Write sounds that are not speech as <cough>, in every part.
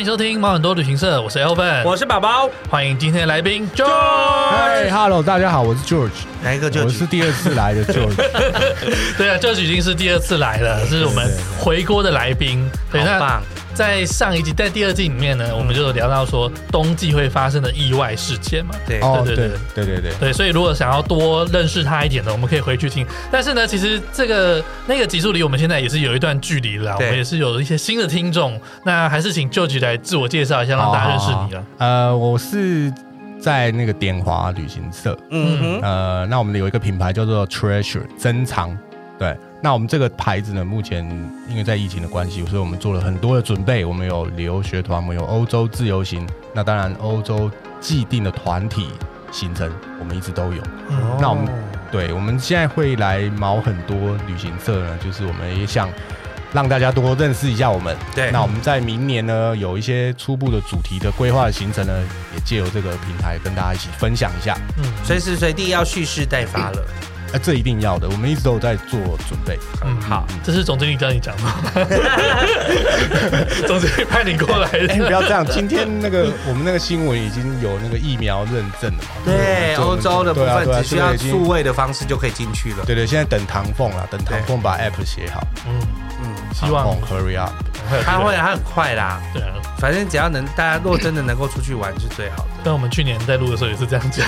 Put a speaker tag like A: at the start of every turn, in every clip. A: 迎收听猫很多旅行社，我是 Elvin，
B: 我是宝宝，
A: 欢迎今天的来宾 j o
C: 嗨
A: e
C: ，Hello，大家好，我是 George，
B: 来一个
C: 我是第二次来的 George，
A: 对啊 j o 已经是第二次来了，是我们回锅的来宾。对，
B: 好
A: 那
B: 棒，嗯
A: 在上一集在第二季里面呢，我们就有聊到说冬季会发生的意外事件嘛。
B: 对，
C: 哦，
A: 对
C: 对
A: 对
C: 对对对，
A: 对，所以如果想要多认识他一点的，我们可以回去听。但是呢，其实这个那个集数离我们现在也是有一段距离了，我
B: 对
A: 们也是有一些新的听众。那还是请 George 来自我介绍一下，让
C: 好
A: 大家认识
C: 好好
A: 你啊了。
C: 呃，我是在那个点华旅行社，
B: 嗯哼，
C: 呃，那我们有一个品牌叫做 Treasure 珍藏，对，那我们这个牌子呢，目前因为在疫情的关系，所以我们做了很多的准备，我们有留学团，我们有欧洲自由行，那当然欧洲既定的团体行程，我们一直都有。
B: 哦
A: 嗯
C: 那我们对，我们现在会来毛很多旅行社呢，就是我们也想让大家多认识一下我们。
B: 对
C: 那我们在明年呢，有一些初步的主题的规划的行程呢，也借由这个平台跟大家一起分享一下。
A: 嗯，
B: 随时随地要蓄势待发了。
C: 呃，这一定要的，我们一直都有在做准备。
A: 嗯
B: 好，
A: 这是总经理叫你讲吗？ <laughs> 总经理派你过来
C: 哎、不
A: 的。
C: 要这样，今天那 <laughs> 个我们那个新闻已经有那个疫苗认证了嘛？
A: 嗯
B: 对，
C: 所以我
B: 欧
C: 们
B: 洲的部
C: 对啊
B: 分
C: 对啊
B: 只需要
C: 这个已经
B: 数位的方式就可以进去了。
C: 对对，现在等唐凤啦，等唐凤把 app 写好，
A: 嗯，
B: 嗯，
A: 希望
C: 唐凤 hurry up。
B: 它会啊它很快啦，
A: 对啊。
B: 反正只要能大家如果真的能够出去玩是最 <laughs> 好的。
A: 但我们去年在录的时候也是这样讲。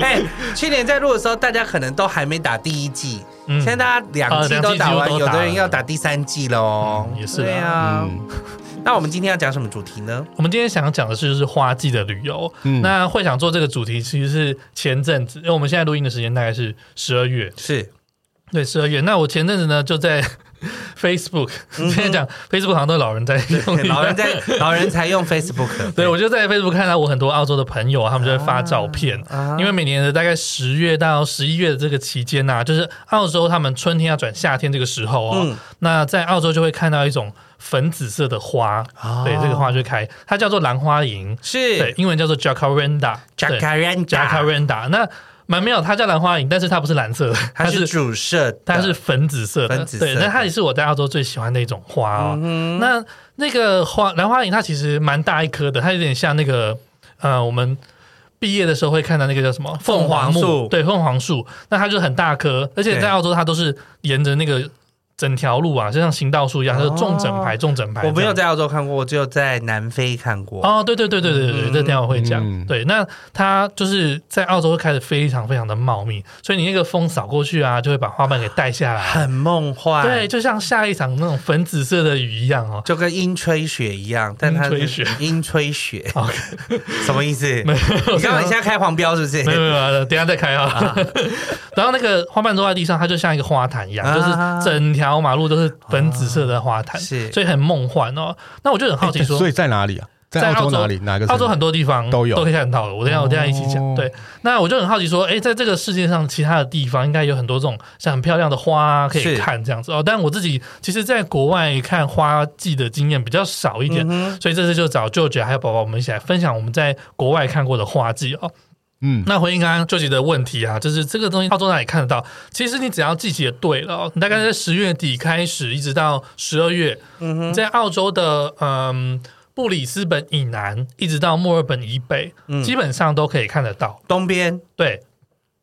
B: 哎，去年在录的时候，大家可能都还没打第一季，
A: 嗯
B: 现在大家两季都打
A: 啊两
B: 完，
A: 季几乎都
B: 有
A: 打了
B: 的人要打第三季喽。
A: 嗯也是啊
B: 对啊。
C: 嗯
B: 那我们今天要讲什么主题呢？
A: 我们今天想要讲的是就是花季的旅游。
C: 嗯
A: 那会想做这个主题，其实是前阵子，因为我们现在录音的时间大概是十二月， <laughs>
B: 是
A: 对，十二月。那我前阵子呢就在 <laughs> Facebook，现在讲 Facebook 好像都是老人在用，
B: 老人在老人才
A: <laughs>
B: 用 Facebook，
A: 对，我就在 Facebook 看到我很多澳洲的朋友啊，他们就会发照片，
B: 啊
A: 因为每年的大概十月到十一月的这个期间呐、啊就是澳洲他们春天要转夏天这个时候哦，
B: 嗯
A: 那在澳洲就会看到一种粉紫色的花，
B: 啊
A: 对，这个花就会开，它叫做兰花楹，对
B: 是，
A: 英文叫做 jacaranda，对
B: Jacaranda，
A: jacaranda，那蛮妙，它叫兰花楹，但是它不是蓝色的，
B: 它是主射的，
A: 它是粉紫色的，
B: 粉紫色的嗯
A: 对，那它也是我在澳洲最喜欢的一种花哦。那那个花兰花楹它其实蛮大一颗的，它有点像那个呃，我们毕业的时候会看到那个叫什么
B: 凤凰
A: 木，
B: 树
A: 对，凤凰树，那它就很大颗，而且
B: 对
A: 在澳洲它都是沿着那个整条路啊，就像行道树一样，就是种整排、种整排这
B: 哦
A: 样。
B: 我没有在澳洲看过，我只有在南非看过。
A: 哦，对对对对对对对，这等一下我会讲。
C: 嗯
A: 对，那它就是在澳洲会开始非常非常的茂密，所以你那个风扫过去啊，就会把花瓣给带下来啊。
B: 很梦幻，
A: 对，，就像下一场那种粉紫色的雨一样哦。
B: 就跟鹰吹雪一样，但它是
A: 鹰吹雪
B: 鹰吹雪
A: <laughs> OK
B: <laughs> 什么意思？你刚刚你现在开黄标是不是？
A: 没有没有，没有等一下再开啊。 <laughs> 然后那个花瓣落在地上，它就像一个花坛一样，
B: 啊
A: 就是整条马路都是粉紫色的花坛，
B: 是
A: 所以很梦幻哦。那我就很好奇说，
C: 所以在哪里啊？在
A: 在澳
C: 澳洲
A: 洲
C: 哪里？哪个城市？
A: 澳洲很多地方
C: 都有
A: 都可以看到的。我等一下我等一下一起讲。
C: 哦
A: 对，那我就很好奇说，哎，在这个世界上其他的地方应该有很多这种像很漂亮的花啊可以
B: 是
A: 看这样子哦。但我自己其实在国外看花季的经验比较少一点，
C: 嗯
A: 所以这次就找 George 还有宝宝我们一起来分享我们在国外看过的花季哦。
C: 嗯，
A: 那回应刚刚 George 的问题啊，就是这个东西澳洲哪里看得到？其实你只要季节对了、哦，你大概在十月底开始，一直到十二月，你在澳洲的嗯布里斯本以南，一直到墨尔本以北，基本上都可以看得到。
B: 东边
A: 对，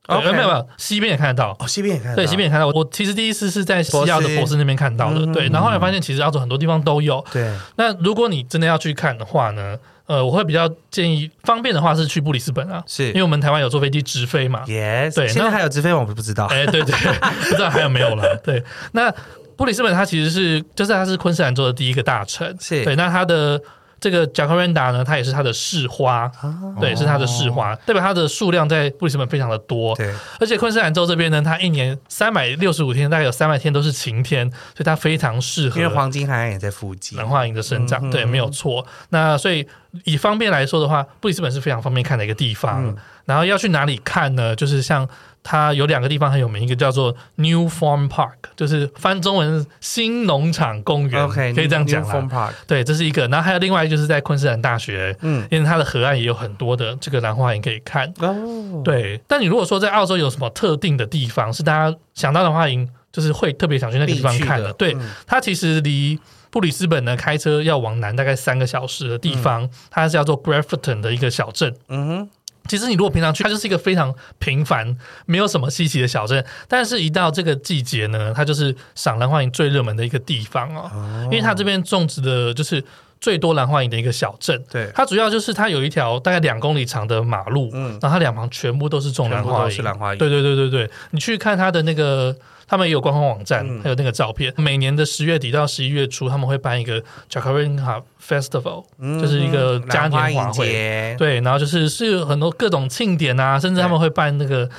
A: 对
B: OK
A: 没有没有，西边也看得到。
B: 哦，西边也看得到
A: 对，西边也看到。我其实第一次是在西澳的
B: 博斯
A: 博斯那边看到的，对。然后后来发现，其实澳洲很多地方都有。
B: 对，
A: 那如果你真的要去看的话呢，呃，我会比较建议方便的话是去布里斯本啊，
B: 是
A: 因为我们台湾有坐飞机直飞嘛。
B: yes，
A: 对
B: 现在
A: 那
B: 还有直飞吗，我不知道。
A: 哎，对对，不知道还有没有了。对，那布里斯本它其实是，就是它是昆士兰州的第一个大城，
B: 是
A: 对。那它的这个 jacaranda 呢，它也是它的市花，
B: 啊
A: 对，是它的市花，代表它的数量在布里斯本非常的多。
B: 哦对，
A: 而且昆士兰州这边呢，它一年三百六十五天，大概有三百天都是晴天，所以它非常适合
B: 因为黄金海岸也在附近
A: 兰。花楹的生
B: 嗯
A: 长，对，没有错。那所以以方便来说的话，布里斯本是非常方便看的一个地方。
B: 嗯
A: 然后要去哪里看呢？就是像它有两个地方很有名，一个叫做 New Farm Park，就是翻中文是新农场公园
B: OK，
A: 可以这样讲
B: New
A: 啦
B: Farm。Park
A: 对，这是一个。然后还有另外一个就是在昆士兰大学，
B: 嗯
A: 因为它的河岸也有很多的这个兰花楹可以看。
B: 哦，
A: 对，但你如果说在澳洲有什么特定的地方是大家想到兰花楹，就是会特别想去那个地方看
B: 必去
A: 的，
B: 的嗯
A: 对，它其实离布里斯本呢，开车要往南大概三个小时的地方，它是叫做 Grafton 的一个小镇。
B: 嗯哼，
A: 其实你如果平常去，它就是一个非常平凡、没有什么稀奇的小镇。但是，一到这个季节呢，它就是赏兰花楹最热门的一个地方哦，因为它这边种植的就是最多兰花楹的一个小镇。
B: 对
A: 它主要就是它有一条大概两公里长的马路，
B: 嗯
A: 然后它两旁全部都是种兰
B: 全部
A: 花
B: 都
A: 楹
B: 是。兰花楹。
A: 对对对对对，你去看它的那个，他们也有官方网站，
B: 嗯
A: 还有那个照片。每年的十月底到十一月初，他们会办一个 Jacareca Festival，、
B: 嗯
A: 就是一个嘉
B: 兰花
A: 年
B: 迎
A: 华会。
B: 节，
A: 对，然后就是是有很多各种庆典啊，甚至他们会办那个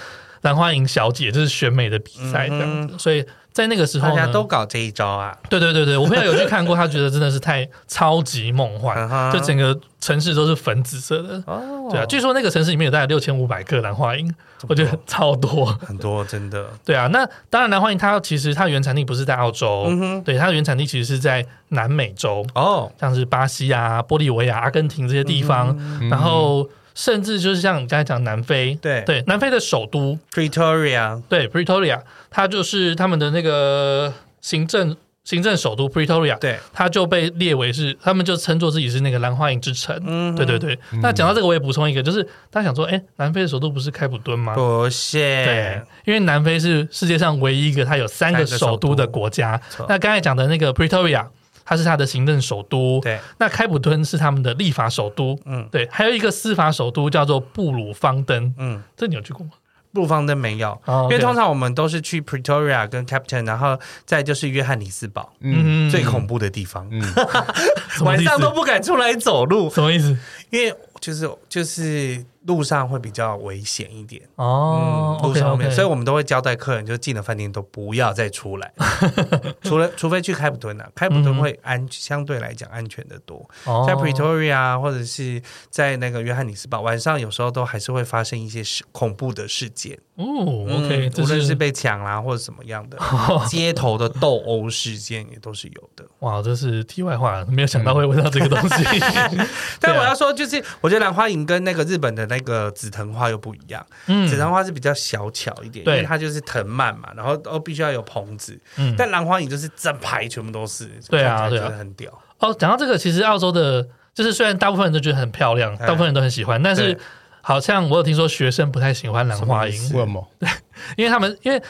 A: 兰花楹小姐，就是选美的比赛这样子。所以在那个时
B: 嗯大
A: 候
B: 家
A: 呢，
B: 都搞这一招啊。
A: 对对对对，我朋友有去看过，他觉得真的是太超级梦幻，
B: 嗯哼
A: 就整个城市都是粉紫色的。
B: 哦
A: 对啊，据说那个城市里面有大概六千五百个兰花楹，我觉得超多。
B: 很多真的。
A: 对啊，那当然兰花楹它其实它原产地不是在澳洲，对，它的原产地其实是在南美洲，
B: 哦，
A: 像是巴西啊、玻利维亚、阿根廷这些地方，然后甚至就是像你刚才讲南非，
B: 对
A: 对，南非的首都
B: ，Pretoria，
A: 对 Pretoria，它就是他们的那个行政行政首都 Pretoria，
B: 对，
A: 它就被列为是，他们就称作自己是那个兰花楹之城。
B: 嗯
A: 对对对。那讲到这个，我也补充一个，就是大家想说，哎，南非的首都不是开普敦吗？
B: 不谢。
A: 啊对，因为南非是世界上唯一一个它有三个首都的国家
B: 首都。
A: 那刚才讲的那个 Pretoria，它是它的行政首都。
B: 对，
A: 那开普敦是他们的立法首都。
B: 嗯
A: 嗯，对，还有一个司法首都叫做布鲁方登。
B: 嗯，
A: 这你有去过吗？
B: 布方登没有，
A: 哦
B: 因
A: OK
B: 为通常我们都是去 Pretoria 跟 Captain，然后再就是约翰尼斯堡，
C: 嗯，
B: 最恐怖的地方，
A: 嗯
B: <laughs>
A: 什么意
B: 晚
A: 思
B: 上都不敢出来走路，
A: 什么意思？
B: 因为就是就是路上会比较危险一点。
A: 哦
B: 嗯，路
A: OK
B: 上面，
A: OK，
B: 所以我们都会交代客人，就进了饭店都不要再出来，除了除非去开普敦啊，开普
A: 嗯
B: 敦会安相对来讲安全的多，
A: 哦
B: 在 Pretoria 啊或者是在那个约翰尼斯堡，晚上有时候都还是会发生一些事恐怖的事件。
A: 哦，OK，
B: 嗯
A: 这
B: 无论是
A: 是哦
B: 被抢啦或者怎么
A: <laughs>
B: 样的街头的斗殴事件也都是有的。
A: 哇，这是题外话，没有想
B: 嗯
A: 到会问到这个东西。 <laughs> 啊
B: 但我要说，就是我觉得兰花楹跟那个日本的那个紫藤花又不一样，
A: 嗯
B: 紫藤花是比较小巧一点，因
A: 对
B: 为它就是藤蔓嘛，然后哦必须要有棚子，
A: 嗯
B: 但兰花楹就是整排全部都是，
A: 对啊
B: 看起
A: 对
B: 来
A: 啊
B: 真的很屌。
A: 哦，讲到这个，其实澳洲的，就是虽然大部分人都觉得很漂亮，
B: 哎
A: 大部分人都很喜欢，但是
B: 对
A: 好像我有听说学生不太喜欢兰花
B: 什么意
A: 楹，
C: 为什么？
A: 因为他们因为。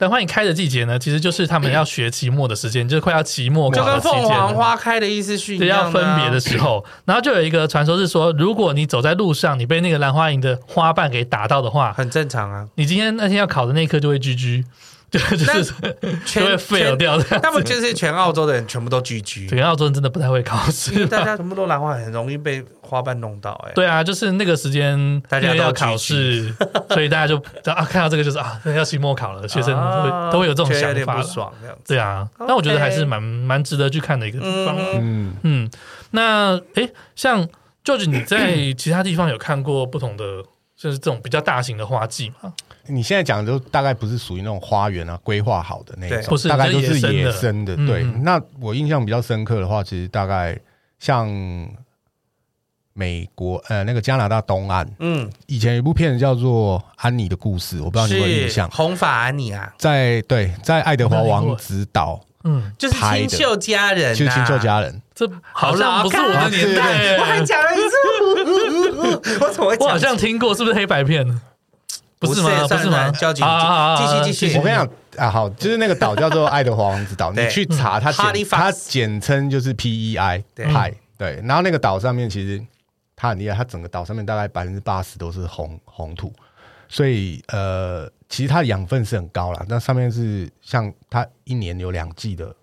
A: 兰花楹开的季节呢，其实就是他们要学期末的时间，就是快要期末
B: 就
A: 考
B: 跟
A: 的期
B: 凤
A: 间
B: 凰
A: 了，
B: 花开的意思是一
A: 哦对，要
B: 样的
A: 分
B: 啊
A: 别的时候。然后就有一个传说是说，如果你走在路上，你被那个兰花楹的花瓣给打到的话，
B: 很正常啊。
A: 你今天那天要考的那一科就会 GG，就就是就会
B: 全
A: fail
B: 全，
A: 掉的。 <laughs>
B: 他们就是全澳洲的人全部都聚居，
A: 整个澳洲人真的不太会考试吧，
B: 大家全部都兰花很容易被花瓣弄到，哎，
A: 对啊，就是那个时间，
B: 大家
A: 因为
B: 都
A: 要
B: 聚
A: 考试，所以大家就啊看到这个就是啊，那要期末考了，学生都会、
B: 啊
A: 都会有这种
B: 觉得
A: 想
B: 有点
A: 法
B: 不
A: 啦。
B: 爽这样子。
A: 对啊，
B: OK
A: 但我觉得还是蛮蛮值得去看的一个地方啦。
C: 嗯，
A: 嗯那诶，像 George，你在其他地方有看过不同的，就是这种比较大型的花季吗？
C: 你现在讲的就大概不是属于那种花园啊规划好的那一
B: 对
C: 种，
A: 不是
C: 大概
A: 就
C: 都
A: 是
C: 是
A: 野
C: 野
A: 生
C: 生的。
A: 嗯
C: 对，
A: 嗯
C: 那我印象比较深刻的话，其实大概像美国呃那个加拿大东岸，
B: 嗯，
C: 以前有一部片叫做《安妮的故事》，我不知道你有没有印
B: 是
C: 象，
B: 红发安妮啊，
C: 在对在爱德华
A: 我没有听
C: 王
A: 过
C: 子岛，
A: 嗯，
B: 就是清秀佳人、啊，
C: 就是清秀佳人，
A: 这好像不是我的年代耶、
B: 我还讲了一次，
C: <laughs>
B: 我怎么
A: 我
B: 会讲？
A: 好像听过，是不是黑白片？不是吗？不
B: 算
A: 是
B: 了
A: 吗？
B: 交警
A: 啊啊啊啊啊
B: 继续继续
C: <laughs> 我跟你讲啊，好，就是那个岛叫做爱德华王子岛，
B: <laughs>
C: 你
B: 对
C: 去查它简
B: Halifax
C: 它简称就是 PEI
B: 对
C: 派，对，然后那个岛上面其实它很厉害，它整个岛上面大概百分之八十都是红红土，所以呃，其实它的养分是很高啦。那上面是像它一年有两季的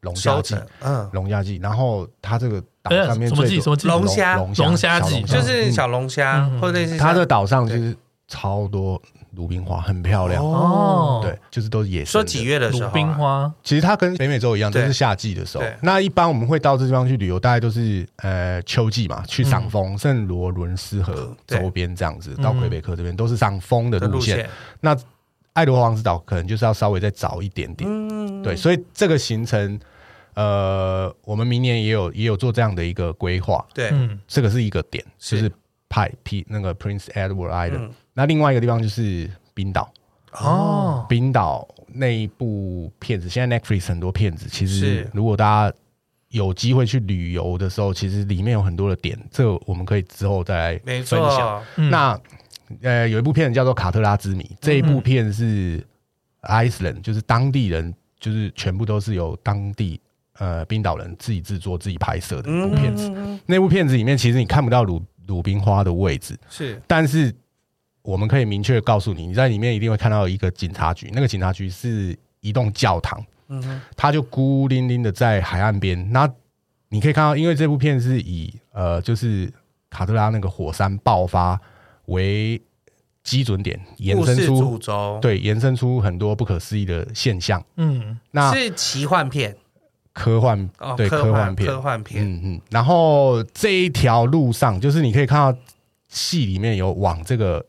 C: 龙虾
B: 收
C: 季，
B: 成，嗯，
C: 龙虾季，然后它这个岛
A: 哎呀
C: 上面
A: 什么季
C: 最
A: 什么
C: 多
A: 季
B: 龙虾
C: 龙虾
A: 龙虾
C: 小
A: 季
C: 龙
B: 就是
C: 嗯
B: 小龙虾
A: 嗯嗯
B: 或者是
C: 它
B: 像
C: 的岛上就是超多鲁冰花，很漂亮。
A: 哦，
C: 对，，就是都是野生
B: 说
C: 的。
B: 几月的时候
A: 鲁
B: 啊，
A: 冰花，
C: 其实它跟北美洲一样，都
B: 对
C: 是夏季的时候
B: 对。
C: 那一般我们会到这地方去旅游，大概都是呃秋季嘛，去赏枫，圣罗伦斯河
B: 嗯对嗯
C: 周边这样子，到魁北克这边都是赏枫的
B: 的
C: 路
B: 路
C: 线。，那爱德华王子岛可能就是要稍微再早一点点，
B: 嗯，
C: 对，所以这个行程，呃，我们明年也有也有做这样的一个规划，
B: 对，
A: 嗯，
C: 这个是一个点，
B: 是
C: 就是派 P 那个 Prince Edward Island，、
B: 嗯
C: 那另外一个地方就是冰岛，
A: 哦，
C: 冰岛那一部片子，现在 Netflix 很多片子，其实
B: 是
C: 如果大家有机会去旅游的时候，其实里面有很多的点，这个我们可以之后再来
B: 没
C: 分享。
B: 错，
A: 嗯
C: 那呃，有一部片叫做《卡特拉之谜》，
B: 嗯
C: 这一部片是 Iceland，就是当地人，就是全部都是由当地呃冰岛人自己制作、自己拍摄的一部片
B: 嗯
C: 子。那部片子里面，其实你看不到鲁鲁冰花的位置，
B: 是
C: 但是我们可以明确地告诉你，你在里面一定会看到一个警察局，那个警察局是一栋教堂，
B: 嗯哼，
C: 它就孤零零的在海岸边。那你可以看到，因为这部片是以呃，就是卡特拉那个火山爆发为基准点，延
B: 故
C: 伸
B: 事
C: 出
B: 主轴，
C: 对延伸出很多不可思议的现象。
A: 嗯，
C: 那
B: 是奇幻片
C: 科幻
B: 哦，
C: 对
B: 科
C: 幻片，
B: 科幻片，
C: 嗯嗯。然后这一条路上，就是你可以看到戏里面有往这个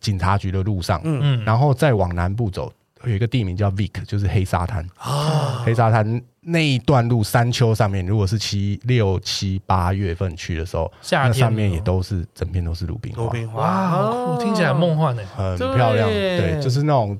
C: 警察局的路上，
B: 嗯
A: 嗯
C: 然后再往南部走，有一个地名叫 Vic，就是黑沙滩。
A: 啊
B: 哦，
C: 黑沙滩那一段路山丘上面，如果是七六七八月份去的时候，
A: 夏天
C: 那
A: 的
C: 上面也都是整片都是鲁冰
B: 罗
C: 花，
A: 哇，
B: 宾花，
A: 好
B: 哦
A: 酷，听起来很。梦幻呢。
C: 很
B: 对
C: 漂亮。对，就是那种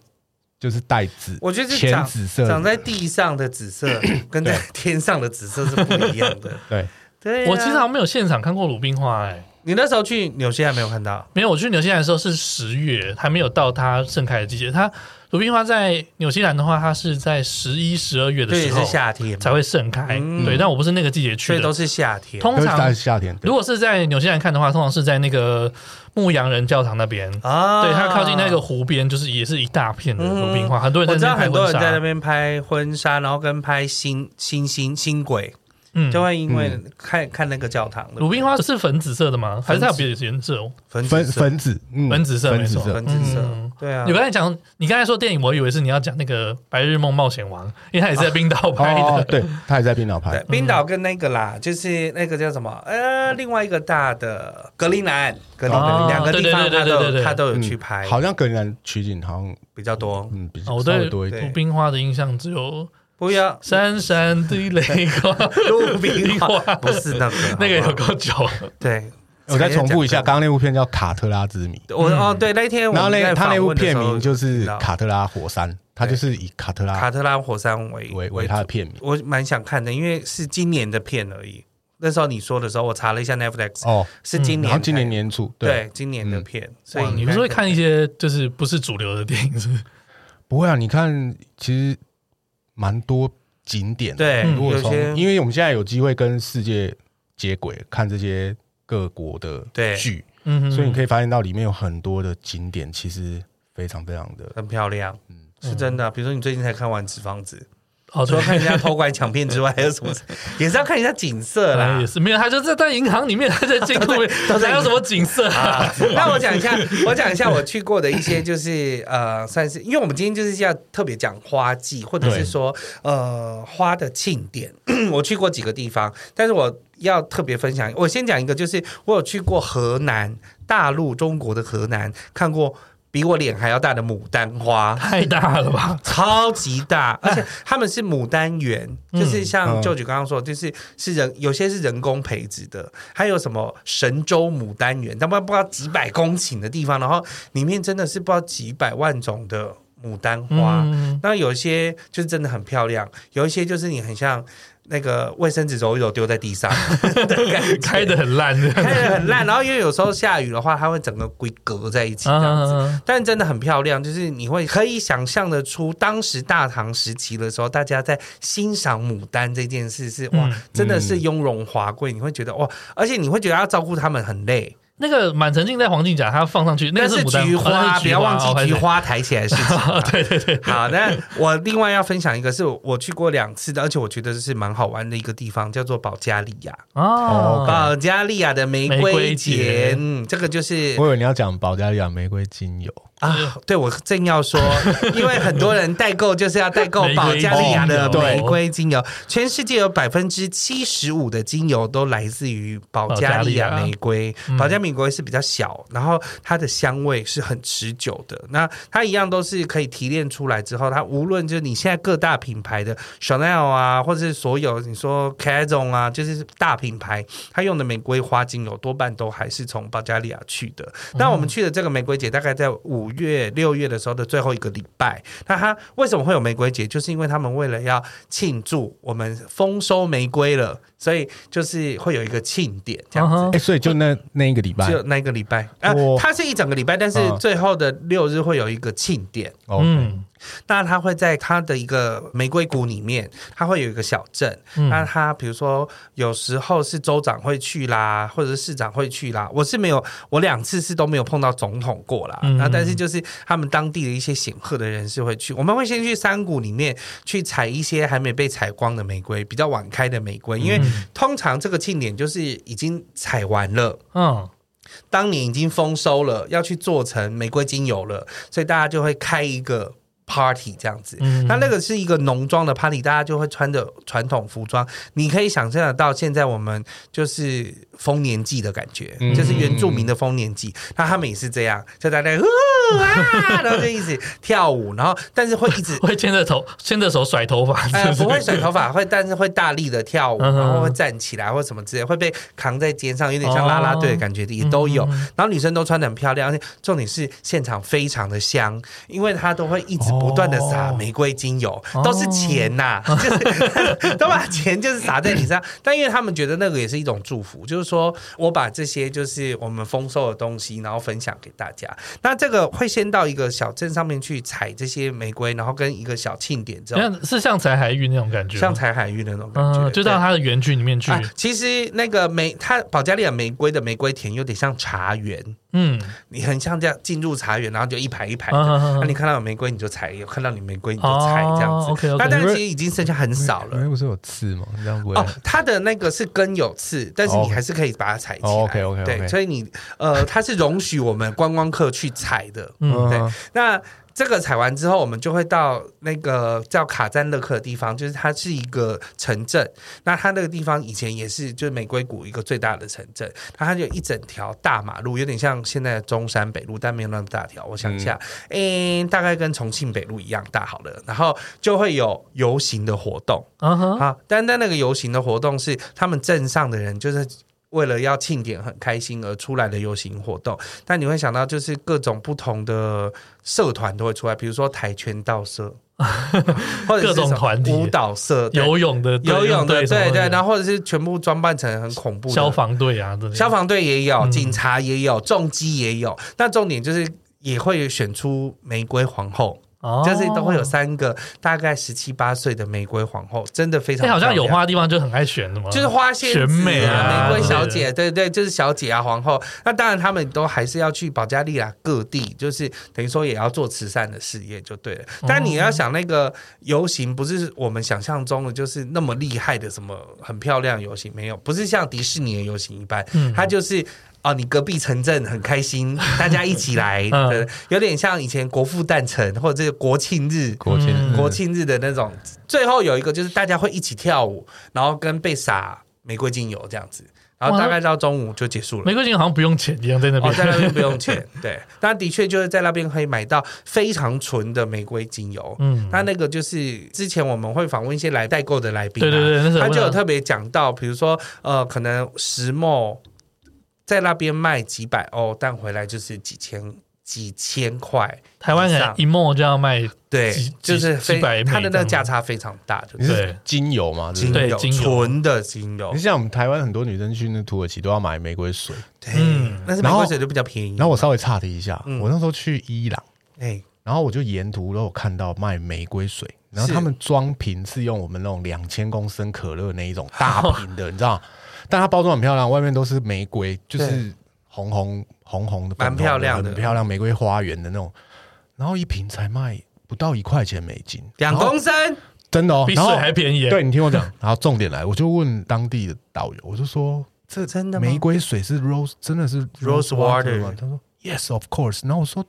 C: 就是带紫，
B: 我觉得是
C: 浅
B: 长
C: 紫色
B: 长在地上的紫色跟在天上的紫色是不一样的。
C: 对，
B: 对啊，
A: 我其实好像没有现场看过鲁冰花，哎，
B: 你那时候去纽西兰没有看到，
A: 没有，我去纽西兰的时候是十月，还没有到它盛开的季节。它鲁冰花在纽西兰的话，它是在十一、十二月的
B: 对，也
A: 时
B: 是
A: 候
B: 夏天嘛，
A: 才会盛开。
B: 嗯
A: 对，但我不是那个季节
B: 所
A: 去
B: 以都
A: 的。
B: 是夏天。
A: 通
C: 都是
A: 常
C: 在夏天。对
A: 如果是在纽西兰看的话，通常是在那个牧羊人教堂那边。
B: 啊，
A: 对，它靠近那个湖边，就是也是一大片的鲁冰花，很多人
B: 嗯我
A: 在
B: 知
A: 那
B: 道
A: 边拍
B: 很多
A: 婚
B: 人在那
A: 纱。
B: 边拍婚纱，然后跟拍星星星星轨，
A: 嗯
B: 就会因为看看那个教堂的
A: 鲁冰花是粉紫色的吗？还是它有别的颜色？
B: 粉
C: 粉
B: 紫色
C: 粉紫，嗯
A: 粉紫色
C: 粉
A: 没
C: 紫
A: 错
C: 色
B: 粉，紫色
A: 嗯，
B: 对啊
A: 你，刚才讲，你刚才说电影，我以为是你要讲那个《白日梦冒险王》，因为它也是在冰岛拍
C: 哦，
A: <laughs> 的。
C: 对，他也在冰岛拍
B: 对，，冰
A: 嗯
B: 岛跟那个啦，就是那个叫什么呃，另外一个大的格陵兰，格陵
A: 哦
B: 兰两个地方
A: 对对
B: 他
A: 对
B: 都
A: 对对对
B: 有他都有
C: 嗯
B: 去拍，
C: 好像格陵兰取景好像
B: 比较多，
C: 嗯比
A: 哦
C: 较
A: 我
C: 稍
A: 对
C: 微多一点，
A: 鲁冰花的印象只有
B: 不
A: <laughs>
B: 要
A: 闪闪的泪光，
B: 路冰
A: 花
B: 花啊
A: <laughs>
B: 不是那个
A: 那个
B: 好
A: 有
B: 不好
A: 够久。
B: 对，
C: 我再重复一下，
B: 才讲
C: 刚刚那部片叫《卡特拉之谜》，
B: 过我哦对那天我
C: 然后那
B: 在
C: 他那
B: 访
C: 部
B: 问的时
C: 片
B: 候
C: 名就是
B: 知道
C: 《卡特拉火山》，它就是以卡特拉
B: 卡特拉火山为
C: 为为它的片名。
B: 我蛮想看的，因为是今年的片而已。那时候你说的时候，我查了一下 Netflix，、
C: 哦，
B: 是今
C: 然
B: 年
C: 后
B: 才，
C: 今年年初，
B: 对
C: 对，
B: 今年的片，所以
A: 嗯哇，你
B: 应
A: 不
B: 该
A: 是会
B: 可以
A: 看一些就是不是主流的电影是不是？
C: 不会啊，你看，其实蛮多景点的。
B: 对、
A: 嗯
C: 如果
B: 有
C: 从，
B: 些
C: 因为我们现在有机会跟世界接轨，看这些各国的
B: 对
C: 剧，
A: 嗯哼，
C: 所以你可以发现到里面有很多的景点，其实非常非常的。
B: 很漂亮，是真
A: 嗯
B: 的。比如说你最近才看完《纸房子 <laughs>
A: 哦，》，
B: 除
A: 对
B: 了，看
A: <laughs>
B: 人家偷拐抢骗之外，还有什么？ <laughs> 也是要看一下景色啦
A: 哎也。是没有，他就在在银行里面，他在金库里，
B: 都在
A: 哪有什么景色啊？
B: 啊，那我讲一下， <laughs> 我讲一下我去过的一些，就是呃，算是，因为我们今天就是要特别讲花季，或者是说呃花的庆典。 <clears throat> 我去过几个地方，但是我要特别分享，我先讲一个，就是我有去过河南，大陆中国的河南，看过比我脸还要大的牡丹花。
A: 太大了吧？
B: 超级
A: <laughs>
B: 大，而且他们是牡丹园，就是像
C: 嗯
B: 舅舅刚刚说，就是是人有些是人工培植的，还有什么神州牡丹园，他们不知道几百公顷的地方，然后里面真的是不知道几百万种的牡丹花。 <laughs>
A: 嗯，
B: 那有一些就是真的很漂亮，有一些就是你很像那个卫生纸揉一揉丢在地上 <laughs> 的感觉，
A: <laughs> 开的很烂的，
B: 开的很烂，然后因为有时候下雨的话，它会整个规隔在一起这样子。
A: 啊，
B: 但真的很漂亮，就是你会可以想象得出，当时大唐时期的时候，大家在欣赏牡丹这件事是哇，
A: 嗯
B: 真的是雍容华贵，你会觉得哇，而且你会觉得要照顾他们很累，
A: 那个满城尽带黄金甲，它放上去，那
B: 但
A: 个
B: 是
A: 牡丹
B: 菊
A: 哦那
B: 花，
A: 是
B: 不要忘记菊
A: 哦
B: 花抬起来的事情啊。
A: <laughs> 对对对，
B: 好，那我另外要分享一个，是我去过两次的，而且我觉得是蛮好玩的一个地方，叫做保加利亚。
A: 哦，
B: 保加利亚的玫
A: 玫瑰
B: 瑰
A: 节
B: 节，嗯，这个就是
C: 我以为你要讲保加利亚玫瑰精油，
B: 啊，对，我正
A: <laughs>
B: 要说，因为很多人代购就是要代购
A: 玫瑰
B: 保加利亚的
A: 精油
B: 玫瑰精油，全世界有百分之七十五的精油都来自于保加利
A: 保加
B: 亚
A: 利亚
B: 玫瑰
A: 嗯。
B: 保加米国是比较小，然后它的香味是很持久的。那它一样都是可以提炼出来之后，它无论就是你现在各大品牌的 Chanel 啊，或者是所有你说 c a z o n 啊，就是大品牌，它用的玫瑰花精油多半都还是从保加利亚去的。
C: 哦
B: 那我们去的这个玫瑰节大概在五月、六月的时候的最后一个礼拜。那它为什么会有玫瑰节？就是因为他们为了要庆祝我们丰收玫瑰了，所以就是会有一个庆典这样子。
A: 嗯哼
C: 哎，所以就
B: 哦
C: 那那一个礼拜
B: 只，有那一个礼拜，啊
C: 哇，
B: 它是一整个礼拜，但是
C: 嗯
B: 最后的六日会有一个庆典，
C: 哦，
A: 嗯
B: 那它会在它的一个玫瑰谷里面，它会有一个小镇。那
A: 嗯
B: 它比如说有时候是州长会去啦，或者是市长会去啦。我是没有，我两次是都没有碰到总统过啦。
A: 嗯
B: 那但是就是他们当地的一些显赫的人士会去，我们会先去山谷里面去采一些还没被采光的玫瑰，比较晚开的玫瑰，因为
A: 嗯
B: 通常这个庆典就是已经采完了。
A: 嗯
B: 当年已经丰收了，要去做成玫瑰精油了，所以大家就会开一个 party 这样子。
A: 嗯
B: 那那个是一个浓妆的 party，大家就会穿着传统服装，你可以想象得到，现在我们就是丰年祭的感觉，
C: 嗯
B: 就是原住民的丰年祭。那他们也是这样，就大家呜啊，然后就一直跳舞，然后但是会一直
A: 会牵着头牵着手甩头发，
B: 呃
A: <laughs> 是是
B: 不会甩头发，会但是会大力的跳舞，
A: 嗯哼
B: 然后会站起来或什么之类，会被扛在肩上，有点像啦啦队的感觉，也都
A: 嗯
B: 有。然后女生都穿的很漂亮，而且重点是现场非常的香，因为她都会一直不断的撒
A: 哦
B: 玫瑰精油，
A: 哦
B: 都是钱
A: <laughs>
B: 呐、就是 <laughs> 都把钱就是撒在你身上。 <laughs> 但因为他们觉得那个也是一种祝福，就是说我把这些就是我们丰收的东西，然后分享给大家。那这个会先到一个小镇上面去采这些玫瑰，然后跟一个小庆典之后，
A: 像是像才海域那种感觉吗，
B: 像采海域的那种感觉，
A: 嗯，就到
B: 对。
A: 它的园区里面去，
B: 啊，其实那个玫，它保加利亚玫瑰的玫瑰田有点像茶园，
A: 嗯，
B: 你很像这样进入茶园，然后就一排一排的。哎那、
A: 那
B: 你看到有玫瑰你就采，有看到你玫瑰你就采这样子。
A: OK
B: 那
A: OK，
B: 但是其实已经剩下很少
C: 因
B: 了
C: 为不是有刺吗？这样不会
B: 哦。它的那个是根有刺，但是
C: 哦
B: 你还是可以把它采起来。
C: 哦，OK，OK，OK
B: 对，所以你呃，它是容许我们观光客去采的。
A: 嗯
C: 啊
B: 对，那这个采完之后，我们就会到那个叫卡赞勒克的地方，就是它是一个城镇。那它那个地方以前也是就是玫瑰谷一个最大的城镇，那它就有一整条大马路，有点像现在的中山北路，但没有那么大条。我想一下，诶、大概跟重庆北路一样大好了。然后就会有游行的活动。
A: 嗯哼，
B: 啊，单单那个游行的活动是他们镇上的人就是。为了要庆典很开心而出来的游行活动，但你会想到就是各种不同的社团都会出来，比如说跆拳
A: <laughs>
B: 道社，或者是
A: 各种
B: 什么
A: 团体
B: 舞蹈社、对
A: 游泳的
B: 游泳的，对对，然
A: 后
B: 后或者是全部装扮成很恐怖的
A: 消防队啊，对
B: 消防队也有，
A: 嗯
B: 警察也有，重机也有。那重点就是也会选出玫瑰皇后，
A: 哦
B: 就是都会有。三个大概十七八岁的玫瑰皇后，真的非常
A: 这哎好像
B: 漂
A: 有
B: 亮
A: 花的地方就很爱选的嘛，
B: 就是花仙子、
A: 选美啊
B: 玫瑰小姐，对对，就是小姐啊，皇后。那当然，他们都还是要去保加利亚各地，就是等于说也要做慈善的事业就对了。但你要想那个游行，不是我们想象中的就是那么厉害的什么很漂亮的游行，没有，不是像迪士尼的游行一般，
A: 嗯
B: 它就是。哦，你隔壁城镇很开心，大家一起来，
A: <laughs> 嗯
B: 对，有点像以前国父诞辰或者是国庆日，
C: 国庆
A: 嗯
C: 日
B: 国庆日的那种，最后有一个就是大家会一起跳舞，然后跟被撒玫瑰精油这样子，然后大概到中午就结束了。
A: 玫瑰金好像不用钱一样，在那
B: 哦，
A: 边
B: 在那边不用钱，对，但的确就是在那边可以买到非常纯的玫瑰精油。
A: <laughs> 嗯，
B: 那那个就是之前我们会访问一些来代购的来宾、啊，
A: 对对对，那时候
B: 他就有特别讲到，比如说呃，可能石墨在那边卖几百欧，但回来就是几千几千块，
A: 台湾人一梦就要卖，
B: 对
A: 几，
B: 就是
A: 几
B: 非
A: 几百美
B: 它的那
A: 这
B: 个
A: 样
B: 价
A: 子
B: 差非常大，就
C: 你
B: 是
C: 是
A: 对
C: 精油嘛？对不
B: 精
C: 对
A: 对
B: 油
A: 精油嗯
B: 纯的精油
C: 你，像我们台湾很多女生去那土耳其都要买玫瑰水，
B: 对
A: 嗯，
B: 但是玫
C: 然后
B: 瑰水就比较便宜。
C: 然后我稍微岔题一下，
B: 嗯
C: 我那时候去伊朗，
B: 哎，
C: 然后我就沿途都有看到卖玫瑰水，然后
B: 是
C: 他们装瓶是用我们那种两千公升可乐那一种大瓶的，你知道吗？但它包装很漂亮，外面都是玫瑰，就是
B: 对
C: 红红红红的，
B: 蛮
C: 粉红
B: 漂亮的
C: 很漂亮玫瑰花园的那种。然后一瓶才卖不到一块钱美金，
B: 两
C: 然后
B: 公升，
C: 真的哦，
A: 比水
C: 然后
A: 还便宜。
C: 对你听我讲，然后重点来，我就问当地的导游，我就说
B: 这真的吗
C: 玫？瑰水是 rose 真的是
B: Rose water
C: 吗？他说 yes of course，然后我说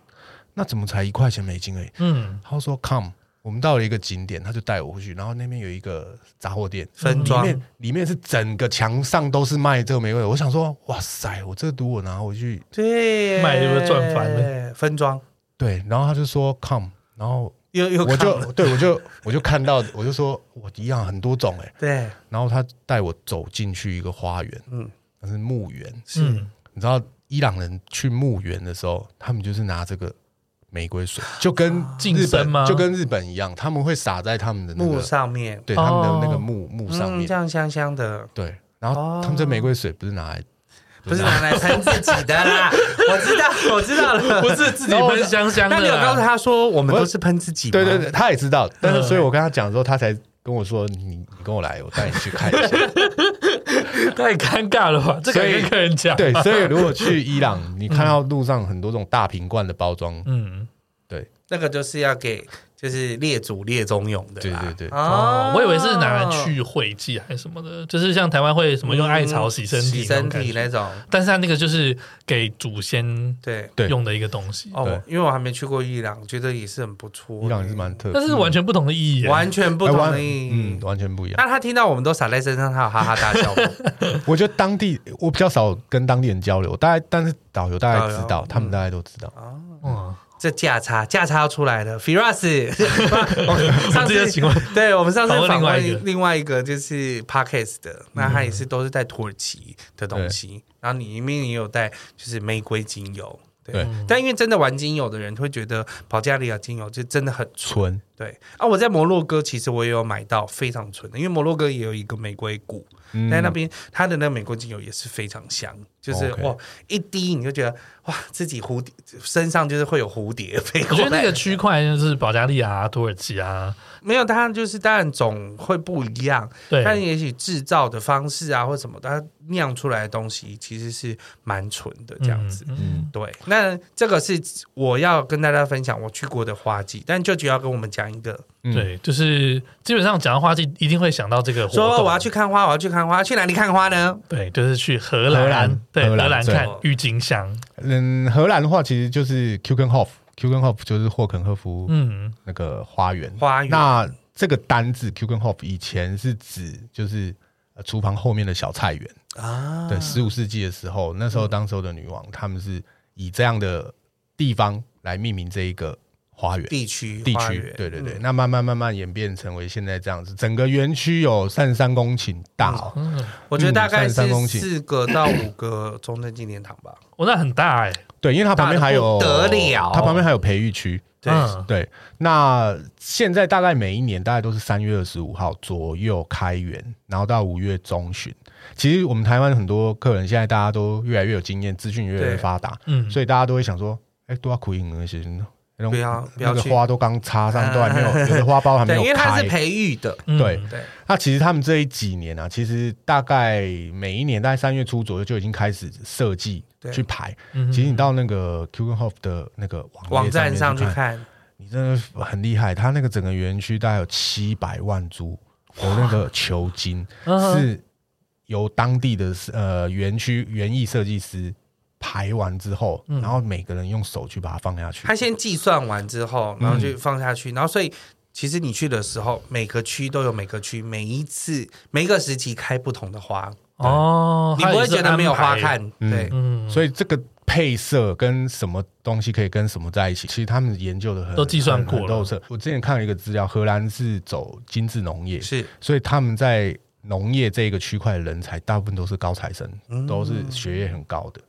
C: 那怎么才一块钱美金而已？
A: 嗯，
C: 他说 come，我们到了一个景点，他就带我回去，然后那边有一个杂货店，
B: 分
C: 里
B: 装
C: 面里面是整个墙上都是卖这个玫瑰。我想说，哇塞，我这个如果拿回去，
B: 对，
A: 卖是不是赚翻
B: 了？分装
C: 对，然后他就说 come，然后
B: 又又
C: 我
B: 看
C: 就
B: 了
C: 对我就我就看到，我就说我一样很多种哎、
B: 对，
C: 然后他带我走进去一个花园，嗯
B: 嗯，
C: 那是墓园，
A: 嗯，
C: 你知道伊朗人去墓园的时候，他们就是拿这个玫瑰水，就跟
B: 啊
A: 净
C: 日本
A: 身吗
C: 就跟日本一样，他们会撒在他们的那
B: 木
C: 个
B: 上面，
C: 对
A: 哦
C: 他们的那个墓墓上
B: 嗯，
C: 面
B: 这，样香香
A: 啊
B: 的，
C: 对，然后他们这玫瑰水不是拿来，
B: 不是拿来喷自己
A: <laughs>
B: 的啦。我知道，我知道了，
A: 不是自己喷香香
B: 那
A: 的
B: 你有告诉
A: 啦，
B: 他说我们都是喷自己吗？
C: 对对对，他也知道，但是
A: 嗯
C: 所以我跟他讲的时候，他才跟我说你你跟我来，我带你去看一下。
A: 太尴尬了吧？这个
C: 所以
A: 跟客人讲，
C: <laughs> 对，所以如果去伊朗，你看到路上很多这种大瓶罐的包装，
A: 嗯，
B: 那个就是要给就是列祖列宗用的
C: 对
B: 啦。
C: 对对
A: 哦，我以为是拿来去晦气还是什么的，就是像台湾会什么用艾草洗身体
B: 嗯洗
A: 那种
B: 身
A: 感
B: 体
A: 觉，
B: 那种。
A: 但是他那个就是给祖先
B: 对，
C: 对
A: 用的一个东西，
B: 哦
C: 对，
B: 因为我还没去过伊朗，觉得也是很不错。
C: 伊朗也是蛮特别，
A: 但是完全不同的意义耶，
B: 完全不
C: 哎
B: 同
C: 完
B: 的意
C: 嗯
B: 义。
C: 完全不一样。
B: 那他听到我们都洒在身上，他有哈哈大
C: <laughs>
B: 笑吗。
C: 我觉得当地我比较少跟当地人交流，大概但是导游大哦概知
B: 导
C: 道，
B: 游
C: 他们大概都知道。
A: 嗯，
B: 这价差，价差要出来了。Firas，我上
A: 这些
B: 次
A: 情况，
B: 对我们上次
A: 访问
B: 访
A: 另外一个
B: 问另外一个就是 Podcast 的，
C: 嗯
B: 那他也是都是带土耳其的东西，然后你里面也有带就是玫瑰精油。对，
C: 对
B: 但因为真的玩精油的人会觉得保加利亚精油就真的很纯。
C: 纯
B: 对啊，我在摩洛哥其实我也有买到非常纯的，因为摩洛哥也有一个玫瑰谷，
C: 嗯
B: 但那边它的那个玫瑰精油也是非常香，就是
C: 哦 OK
B: 哇一滴你就觉得哇自己蝴蝶身上就是会有蝴蝶飞
A: 我
B: 过
A: 觉得
B: 来。
A: 那个区块就是保加利亚啊、土耳其啊，
B: 没有，它就是当然总会不一样，但
A: 对，
B: 也许制造的方式啊或什么，它酿出来的东西其实是蛮纯的这样子。
A: 嗯
C: 嗯，
B: 对，那这个是我要跟大家分享我去过的花季，但舅舅要跟我们讲一个，
C: 嗯
A: 对，就是基本上讲到花季，一定会想到这个活动。
B: 说我要去看花，我要去看花，去哪里看花呢？
A: 对，就是去荷
C: 荷
A: 兰
C: 兰，
A: 对，
C: 荷
A: 荷
C: 兰
A: 兰
C: 对
A: 看郁金香。
C: 嗯，荷兰的话其实就是 Kukenhof，Kukenhof 就是霍肯赫夫
A: 嗯，
C: 那个花园。
B: 花园
C: 那这个单字 Kukenhof 以前是指就是呃厨房后面的小菜园。
B: 啊，
C: 对，十五世纪的时候，那
B: 嗯
C: 时候当时候的女王，他们是以这样的地方来命名这一个花园。
B: 地区
C: 地
B: 花
C: 区
B: 园，嗯
C: 对对对，那慢慢慢慢演变成为现在这样子，整个园区有三十三公顷大哦，
B: 嗯我觉得大概
C: 嗯33公
B: 是
C: 顷
B: 四个到五个中正纪念堂吧。
A: 我那很大哎，
C: 对，因为它旁边还有
B: 大得不得了
C: 它旁边还有培育区，
B: 对
A: 嗯
C: 对。那现在大概每一年大概都是三月二十五号左右开园，然后到五月中旬。其实我们台湾很多客人现在大家都越来越有经验，资讯越来越
B: 对
C: 发达，
A: 嗯，
C: 所以大家都会想说，哎，多要苦影那些，那种
B: 不要不
C: 那
B: 要
C: 个
B: 去
C: 花都刚插上，都还
B: <laughs>
C: 没有，有的花苞还没
B: 对，
C: 有
B: 因为它
C: 开
B: 是。培育的，
A: 嗯
C: 对
B: 对，
C: 那其实他们这一几年啊，其实大概每一年大概三月初左右就已经开始设计
B: 对
C: 去排。
A: 嗯
C: 其实你到那个 q q h o f 的那个网
B: 网
C: 页
B: 站上
C: 上
B: 去
C: 面看，
B: 看，
C: 你真的很厉害。它那个整个园区大概有七百万株的那个球茎，
A: 嗯哼
C: 是由当地的呃园区园艺设计师排完之后，
A: 嗯
C: 然后每个人用手去把它放下去
B: 它。先计算完之后，然后就
C: 嗯
B: 放下去，然后所以。其实你去的时候，每个区都有每个区，每一次每一个时期开不同的花，
A: 哦，
B: 你不会觉得没有
A: 它
B: 花
A: 也是安排，
B: 看。
C: 嗯
B: 对，
A: 嗯，
C: 所以这个配色跟什么东西可以跟什么在一起，其实他们研究的很
A: 都计算过了
C: 很很透彻。我之前看了一个资料，荷兰是走精致农业，
B: 是
C: 所以他们在农业这个区块的人才，大部分都是高材生，
A: 嗯
C: 都是学业很高的。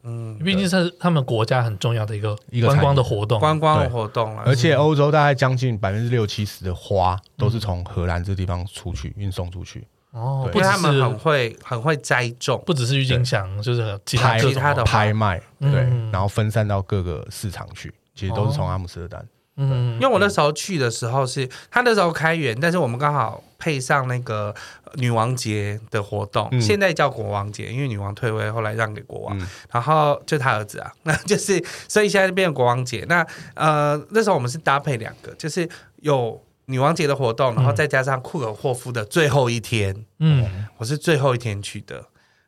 A: 毕竟是他们国家很重要的一个
C: 一个
A: 观光的
C: 产业
A: 活动，
B: 观光
C: 哦对
B: 活动啊，
C: 而且欧洲大概将近百分之六七十的花都
A: 嗯
C: 是从荷兰这地方出去运送出去，
A: 哦，
C: 对
A: 不
B: 因为
A: 只
B: 他们很
A: 是
B: 会很会栽种，
A: 不只是郁金香，就是其他
C: 拍
A: 各
B: 其他
A: 种
B: 的花
C: 拍卖，
A: 嗯
C: 对，然后分散到各个市场去，其实都是从阿姆斯特丹。
A: 嗯
B: 因为我那时候去的时候是他那时候开园，但是我们刚好配上那个呃女王节的活动，
C: 嗯
B: 现在叫国王节，因为女王退位，后来让给国王，
C: 嗯
B: 然后就他儿子啊，那就是 <laughs> 所以现在变成国王节。那呃那时候我们是搭配两个，就是有女王节的活动，然后再加上库尔霍夫的最后一天，
A: 嗯，
B: 我是最后一天去的，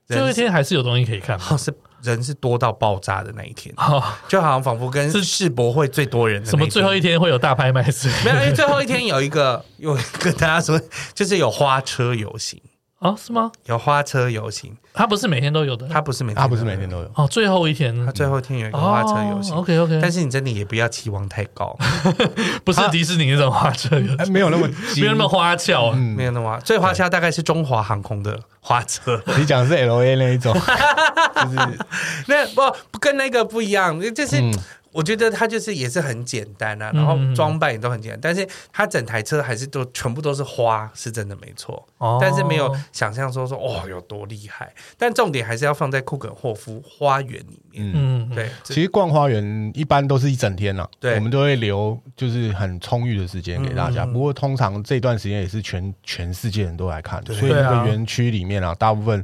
A: 最后一
B: 人生
A: 天还是有东西可以看嘛，
B: 哦是人是多到爆炸的那一天，
A: 好、
B: 就好像仿佛跟
A: 是
B: 世博会最多人的
A: 什
B: 那
A: 么
B: 一
A: 最
B: 天
A: 后一天会有大拍卖之类的
B: 没有，因为最后一天有一个，有跟大家说，就是有花车游行，
A: 啊？是吗？
B: 有花车游行，
A: 他不是每天都有的，
B: 它不是每天，
C: 他不是每天，都有。
A: 哦，最后一天
B: 它最后一天有一个花车游行。
A: OK OK，
B: 但
A: 是
B: 是你真的也不要期望太高，
A: 不是迪士尼那种花车游戏，
C: 哎，没有那么
A: <laughs> 没有那么花俏啊。
C: 嗯
B: 没有那么最花车大概是中华航空的花车，
C: 你讲的是 L A 那一种，就是
B: <laughs> 那不不跟那个不一样，就是、我觉得它就是也是很简单啊，然后
A: 嗯嗯嗯嗯
B: 装扮也都很简单，但是它整台车还是都全部都是花，是真的没错。
A: 哦
B: 但是没有想象说说哦有多厉害。但重点还是要放在库肯霍夫花园里面。
A: 嗯，
B: 对，这
C: 其实逛花园一般都是一整天了、
B: 对
C: 我们都会留就是很充裕的时间给大家。不过通常这段时间也是全全世界人都来看，所以
A: 对
C: 那
A: 啊
C: 个园区里面啊，大部分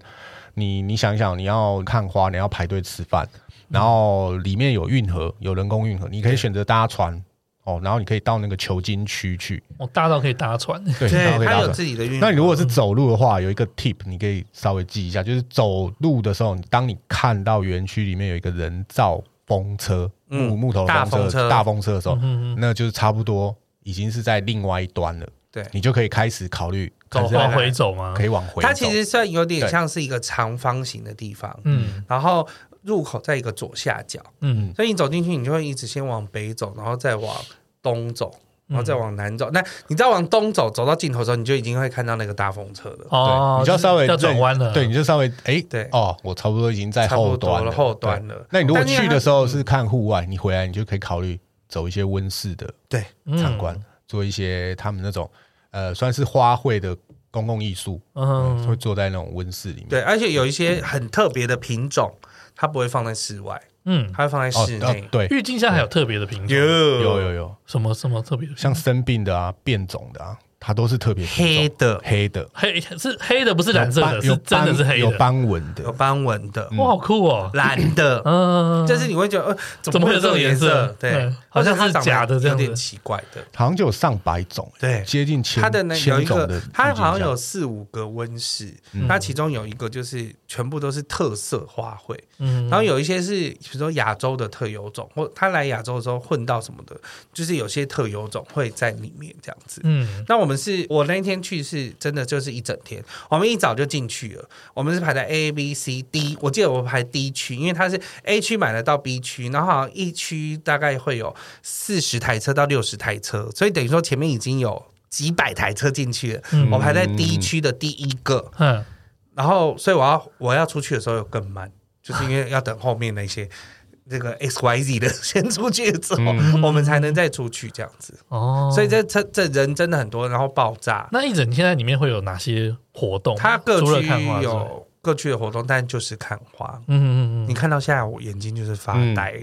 C: 你你想一想，你要看花，你要排队吃饭，然后里面有运河，有人工运河，你可以选择搭船哦，然后你可以到那个球茎区去，
A: 我大到可以搭船，
C: 对，然后可
B: 对，
C: 以搭
B: 它有
C: 船。
B: 自己的运。啊
C: 那你如果是走路的话，有一个 tip，你可以稍微记一下，就是走路的时候，你当你看到园区里面有一个人造风车、
B: 嗯
C: 木木头的
B: 大
C: 风
B: 风车
C: 大风车的时候，
A: 嗯嗯，
C: 那就是差不多已经是在另外一端了，
B: 对，
C: 你就可以开始考虑
A: 走
C: 开始要
A: 往回走吗？
C: 可以往回走。
B: 它其实算有点
C: 对
B: 像是一个长方形的地方，
A: 嗯
B: 然后入口在一个左下角，
A: 嗯，
B: 所以你走进去，你就会一直先往北走，然后再往东走。然后再往南
C: 嗯
B: 走，那你再往东走，走到尽头的时候，你就已经会看到那个大风车了。
A: 哦
C: 对，，你就要稍微
A: 要转
C: 认
A: 弯了，
C: 对，你就稍微哎，
B: 对
C: 哦，我差不多已经在
B: 差不
C: 后
B: 多
C: 端
B: 了，后端
C: 对
B: 了。
C: 那你如果
B: 但因为
C: 去
B: 它
C: 的时候是看户外，你回来你就可以考虑走一些温室的
B: 对，
A: 嗯
C: 参观，做一些他们那种呃算是花卉的公共艺术，嗯，会
A: 嗯，
C: 坐在那种温室里面。
B: 对，而且有一些很特别的品种，它不会放在室外，
A: 嗯，
B: 它会放在
C: 哦，
B: 室
C: 哦
B: 内。
C: 对，
A: 郁金香还有特别的品种，
C: 有
B: 有
C: 有有，
A: 什么什么特别的品种？
C: 像生病的啊、变种的啊，它都是特别
B: 黑
C: 品种
B: 的，
C: 黑的，
A: 黑是黑的，不是蓝色的，
C: 有
A: 是真
C: 斑
A: 的是黑
C: 有
A: 的，
C: 斑纹
B: 有
C: 的，嗯
B: 斑纹的，
A: 哇，好酷哦，
B: 蓝的，
A: 嗯，
B: 就是你会觉得呃，
A: 怎么
B: 么
A: 会
B: 会
A: 有
B: 有
A: 这种
B: 这种
A: 颜
B: 颜
A: 色
B: 色？
C: 嗯
A: 对
B: 对，
A: 好像
B: 或者
A: 是
B: 它长得
A: 假的这
B: 有
A: 样子
B: 点奇怪的。
C: 好像就有上百种，
B: 对
C: 接近千
B: 它的那有
C: 千
B: 一
C: 种
B: 个
C: 的，，
B: 它好像有四五个温室
C: 嗯，
B: 它其中有一个就是全部都是特色花卉，
A: 嗯，
B: 然后有一些是比如说亚洲的特有种，或它来亚洲的时候混到什么的，就是有些特有种会在里面这样子。
A: 嗯
B: 那我们是我那一天去是真的就是一整天，我们一早就进去了，我们是排在 A B C D，我记得我排 D 区，因为它是 A 区买得到 B 区，然后好像一区大概会有四十台车到六十台车，所以等于说前面已经有。几百台车进去了，
A: 嗯
B: 我排在 D 区的第一个，
A: 嗯，
B: 然后所以我要我要出去的时候有更慢，就是因为要等后面那些这个 X Y Z 的先出去之后，我们才能再出去这样子。
A: 哦，
B: 所以这这这人真的很多，然后爆炸。
A: 那一整天在里面会有哪些活动？
B: 它各
A: 除了
B: 区
A: 看花之外，
B: 有各区的活动，但就是看花。
A: 嗯嗯嗯嗯
B: 你看到现在，我眼睛就是发呆。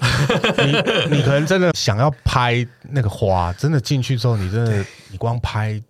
C: 你可能真的想要拍那个花，真的进去之后，你真的你光拍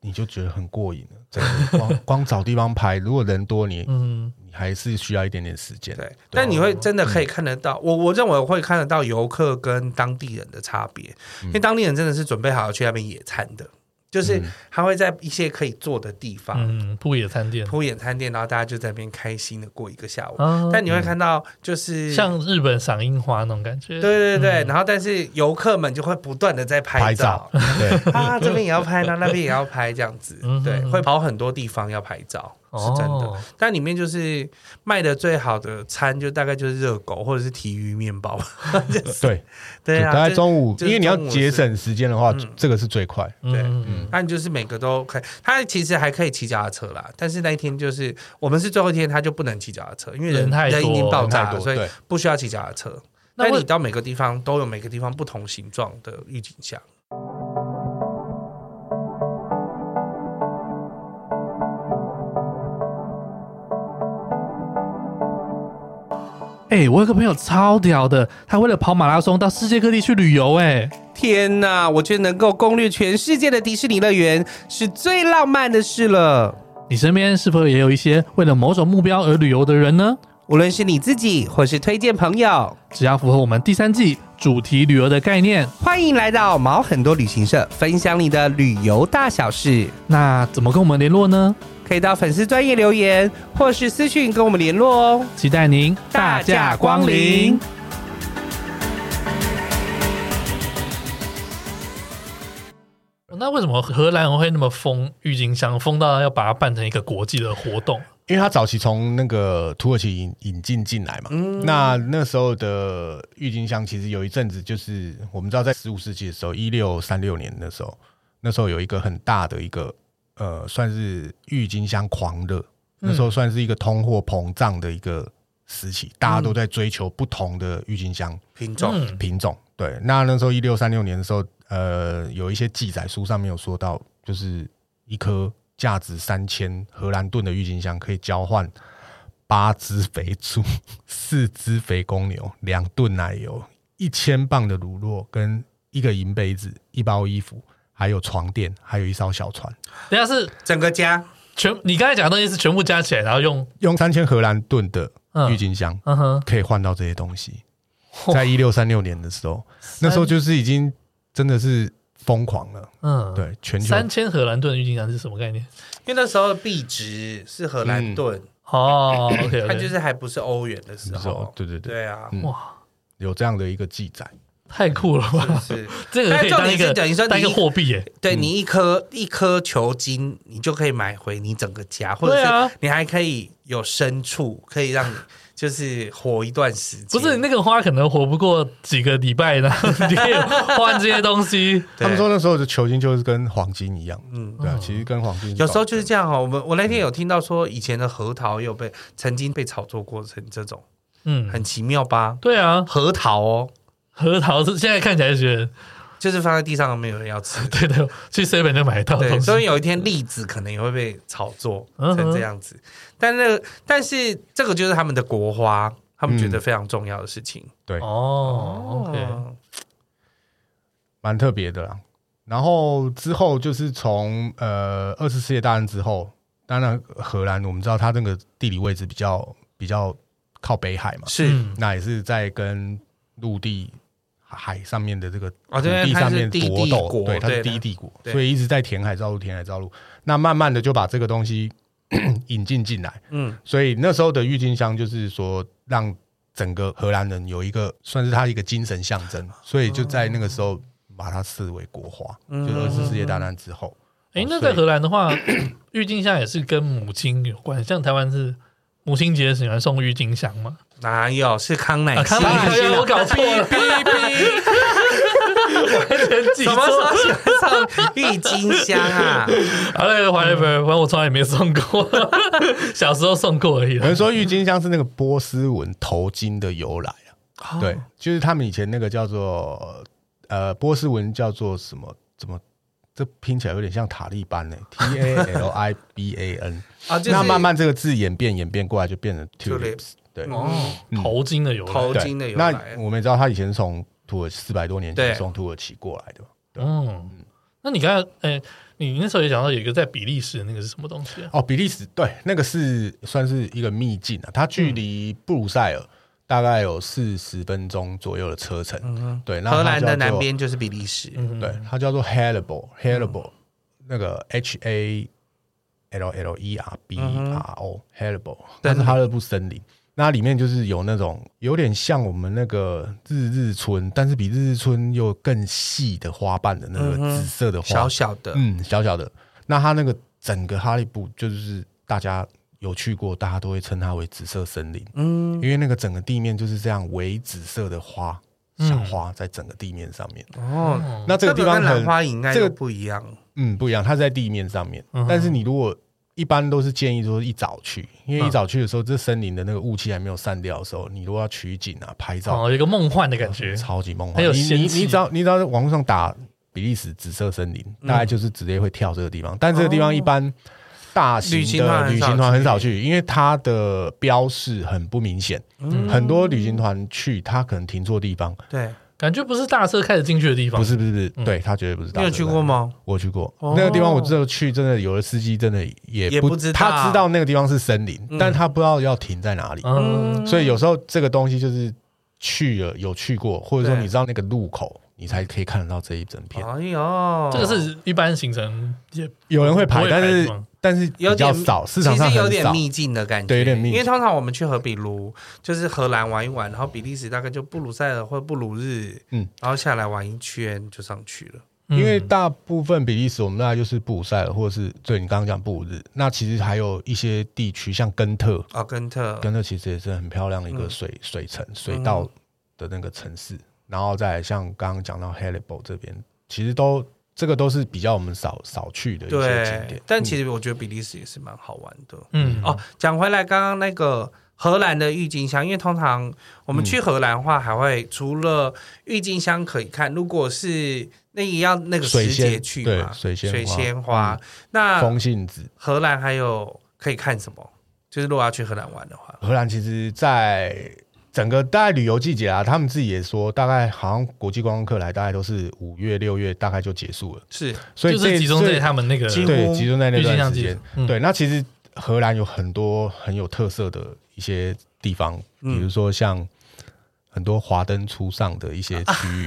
C: 你就觉得很过瘾了。真的，光 <laughs> 光找地方拍，如果人多，你
A: 嗯
C: 你还是需要一点点时
A: <laughs>
C: 间。
A: 啊
B: 对，但你会真的可以看得到，我我认为会看得到游客跟当地人的差别，
A: 嗯
B: 因为当地人真的是准备好要去那边野餐的，就是他会在一些可以坐的地方，
A: 嗯，不野餐店，
B: 铺野餐垫，然后大家就在那边开心的过一个下午。
A: 啊
B: 但你会看到，就是
A: 像嗯日本赏樱花那种感觉，
B: 对对对，然后但是游客们就会不断的在
C: 拍
B: 拍
C: 照
B: 照，，
C: 对，
A: <laughs>
B: 啊，这边也要拍，那那边也要拍，这样子
A: 嗯，
B: 对
A: 嗯，
B: 会跑很多地方要拍照，是
A: 哦，
B: 真的。但里面就是卖的最好的餐，就大概就是热狗或者是体育面包， <laughs>
C: 对，
B: 对
C: 大
B: 啊，
C: 概
B: 就
C: 中午，
B: 就是
C: 因为你要
B: 中午
C: 节
B: 是
C: 省时间的话
B: 嗯，
C: 这个是最快。
B: 对
A: 嗯，
B: 那你啊就是每个都可以，他其实还可以骑脚踏车啦，但是那一天就是我们是最后一天，他就不能骑脚踏车，因为人
A: 人太多
B: 人已经爆炸
C: 人太
B: 了，
C: 多
B: 所以
C: 对
B: 不需要骑脚踏车。
A: 那
B: 但
A: 为
B: 你到每个地方都有每个地方不同形状的预警箱。
A: 哎、我有个朋友超屌的，他为了跑马拉松到世界各地去旅游、哎，
B: 天哪，我觉得能够攻略全世界的迪士尼乐园是最浪漫的事了。
A: 你身边是否也有一些为了某种目标而旅游的人呢？
B: 无论是你自己或是推荐朋友，
A: 只要符合我们第三季主题旅游的概念，
B: 欢迎来到毛很多旅行社，分享你的旅游大小事。
A: 那怎么跟我们联络呢？
B: 可以到粉丝专业留言或是私讯跟我们联络哦。
A: 期待您
B: 大驾光临。
A: 那为什么荷兰会那么疯郁金香，疯到要把它办成一个国际的活动？
C: 因为它早期从那个土耳其引引进进来嘛，
B: 嗯
C: 那那时候的郁金香其实有一阵子就是我们知道，在十五世纪的时候，一六三六年的时候，那时候有一个很大的一个呃，算是郁金香狂热，
B: 嗯
C: 那时候算是一个通货膨胀的一个时期，
B: 嗯
C: 大家都在追求不同的郁金香
B: 品种，
A: 嗯，
C: 品种。对，那那时候一六三六年的时候，呃，有一些记载书上面有说到，就是一颗价值三千荷兰盾的郁金香可以交换八只肥猪、 <laughs> 四只肥公牛、两吨奶油、一千磅的乳酪跟一个银杯子、一包衣服，还有床垫，还有一艘小船。
A: 等一下是
B: 整个家
A: 全，你刚才讲的东西是全部加起来，然后用，
C: 用三千荷兰盾的郁金香
A: 嗯哼，
C: 可以换到这些东西。在一六三六年的时候，那时候就是已经真的是疯狂了。
A: 嗯，
C: 对，全球
A: 三千荷兰盾郁金香是什么概念？
B: 因为那时候币值是荷兰
C: 嗯
B: 盾，
A: 哦，OK，
B: 它就是还不是欧元的时
C: 那时候
B: 候。
C: 哦对对对
B: 对啊，
C: 嗯
A: 哇，
C: 有这样的一个记载。
A: 太酷了吧！
B: 是。
A: 这个可以当一
B: 但重点
A: 个
B: 是等于说你
A: 当一个货币耶，
B: 对你一颗一颗球茎，你就可以买回你整个家，或者
A: 对啊
B: 是你还可以有牲畜，可以让你就是活一段时间。
A: 不是那个花可能活不过几个礼拜的，你可以换这些东西。
B: 对
C: 他们说那时候的球金就是跟黄金一样，
B: 嗯
C: 对啊，其实跟黄金
B: 有时候就是这样哦。我们我那天有听到说，以前的核桃也有被曾经被炒作过成这种，
A: 嗯，
B: 很奇妙吧？
A: 对啊，
B: 核桃哦，
A: 核桃是现在看起来觉得，
B: 就是放在地上没有人要
A: <laughs>
B: 吃。
A: 对的，去 seven 就买得到的
B: 对，
A: 东西
B: 所。以有一天栗子可能也会被炒作
A: 嗯哼
B: 成这样子，但那个但是这个就是他们的国花，他们觉得非常重要的事情。
A: 嗯哦，OK，
C: 蛮特别的啦。然后之后就是从呃二次世界大战之后，当然荷兰我们知道它那个地理位置比较比较靠北海嘛，
B: 是
A: 嗯
C: 那也是在跟陆地海上面的这个
B: 哦
C: 土
B: 对
C: 地
B: 它
C: 上
B: 是
C: 面
B: 低地
C: 搏斗，
B: 国
C: 对，它
B: 对
C: 是
B: 的
C: 低地国，
B: 对
C: 所以一直在填海造陆，填海造陆。那慢慢的就把这个东西 <clears throat> 引进进来，
B: 嗯，
C: 所以那时候的郁金香就是说让整个荷兰人有一个算是他一个精神象征，所以就在那个时候把它视为国花，
B: 嗯
C: 就二次世界大战之后。
A: 诶，那
C: 所
A: 在
C: 以
A: 荷兰的话，郁金香也是跟母亲有关，像台湾是母亲节喜欢送郁金香嘛？
B: 哪有是康乃
A: 啊，
B: 馨
A: 康？乃
B: <laughs>
A: 馨，我搞错了，
B: 哔哔，
A: 什
B: 什么时候喜欢上郁金香啊？
A: 好嘞，华人粉，反正我从来也没送过，小时候送过而已啦
C: 有。人说郁金香是那个波斯文头巾的由来
B: 哦
C: 啊，对，就是他们以前那个叫做呃波斯文叫做什么怎么。这拼起来有点像塔利班呢、t A L I B A N。
B: <laughs> 啊， <laughs> 就是
C: 那慢慢这个字演变演变过来，就变成 tulips
B: Tulips。
C: 对，
B: 哦，
C: 嗯
A: 头巾的由来，
B: 头
C: 对
B: 巾的由来
C: 那。我们也知道他以前是从土耳其四百多年
B: 对
C: 前从土耳其过来的嘛。
A: 嗯，那你刚才，哎，你那时候也讲到有一个在比利时的那个是什么东西啊？
C: 哦，比利时对，那个是算是一个秘境啊，它距离
B: 嗯
C: 布鲁塞尔大概有四十分钟左右的车程。对，那
B: 嗯
C: 它
B: 荷兰的
C: 叫做嗯
B: 南，边嗯就是比利时，
C: 对，它叫做 Hellebore，Hellebore，、那个 H A L L E R B E R
B: 嗯
C: O，Hellebore，、它是哈勒布森林。那里面就是有那种有点像我们那个日日春，但是比日日春又更细的花瓣的那
B: 嗯
C: 个紫色的花，
B: 小小的，
C: 嗯，小小的。那它那个整个哈利布就是大家有去过，大家都会称它为紫色森林，嗯，因为那个整个地面就是这样为紫色的花，小花在整个地面上面。
B: 嗯哦，
C: 那这个地
B: 跟
C: 方
B: 兰
C: 很
B: 花应该
C: 这
B: 又
C: 个
B: 不一样，
C: 嗯不一样，它是在地面上面，
B: 嗯
C: 但是你如果一般都是建议说一早去，因
B: 嗯
C: 为一早去的时候，这森林的那个雾气还没有散掉的时候，你如果要取景啊、拍照，
A: 哦，有一个梦幻的感觉，
C: 超级梦
A: 很
C: 幻。
A: 有
C: 你
A: 仙
C: 你你
A: 气
C: 只要你只要在网络上打比利时紫色森林，
A: 嗯
C: 大概就是直接会跳这个地方。但这个
A: 哦
C: 地方一般大型
B: 旅行团
C: 的
B: 很
C: 旅
B: 少
C: 行团
B: 去
C: 很少去，因为它
A: 嗯
C: 的标示很不明显，很多旅行团去它可能停错地方，
B: 对，
A: 感觉不是大车开始进去的地方。
C: 不，是不是不是，对他绝对不是
B: 嗯
C: 大。
B: 你有去过？吗？
C: 我去过
B: 哦
C: 那个地方，我只有去，真的有的司机真的也
B: 也不知道
C: 他知道那个地方是森林，
B: 嗯
C: 但他不知道要停在哪里，
A: 嗯，
C: 所以有时候这个东西就是去了有去过，或者说
B: 对
C: 你知道那个路口，你才可以看得到这一整片。
B: 哎呦，
A: 这个是一般行程也
C: 哦有人会
A: 不
C: 排，
A: 会
C: 但
A: 排
C: 是
A: 吗
C: 但是
B: 有
C: 比较
B: 点
C: 少，市场上
B: 其实有
C: 很
B: 点
C: 少。
B: 秘境的感觉，
C: 对有点秘
B: 因为通常我们去荷比卢，就是荷兰玩一玩，然后比利时大概就布鲁塞尔或布鲁日，
C: 嗯，
B: 然后下来玩一圈就上去了。
A: 嗯
C: 因为大部分比利时，我们大概就是布鲁塞尔，或者是对你刚刚讲布鲁日。那其实还有一些地区，像根特，
B: 阿根啊特，
C: 根特其实也是很漂亮的一
B: 嗯
C: 个水、水城、水道的那个城市。然后再来像刚刚讲到 h e l i b o 这边，其实都这个都是比较我们少少去的一些景
B: 对
C: 点。，嗯
B: 但其实我觉得比利时也是蛮好玩的。
A: 嗯
B: 哦，讲回来，刚刚那个荷兰的郁金香，因为通常我们去荷兰的话，还会除了郁金香可以看，如果是那也要那个时
C: 水仙
B: 节去嘛，
C: 对水仙花嗯
B: 花。那
C: 风信子，
B: 荷兰还有可以看什么？就是如果要去荷兰玩的话，
C: 荷兰其实，在整个大概旅游季节啊，他们自己也说，大概好像国际观光客来，大概都是五月、六月，大概就结束了。
B: 是
C: 所以
A: 就
C: 这
A: 是集中
C: 所以
A: 在他们那个
B: 几乎
C: 对集中在那
A: 郁金
C: 段
A: 香
C: 时
A: 季
C: 间
A: 节。。嗯，
C: 对，那其实荷兰有很多很有特色的一些地方，
B: 嗯
C: 比如说像很多华灯初上的一些
A: 啊 <laughs>
C: 区域，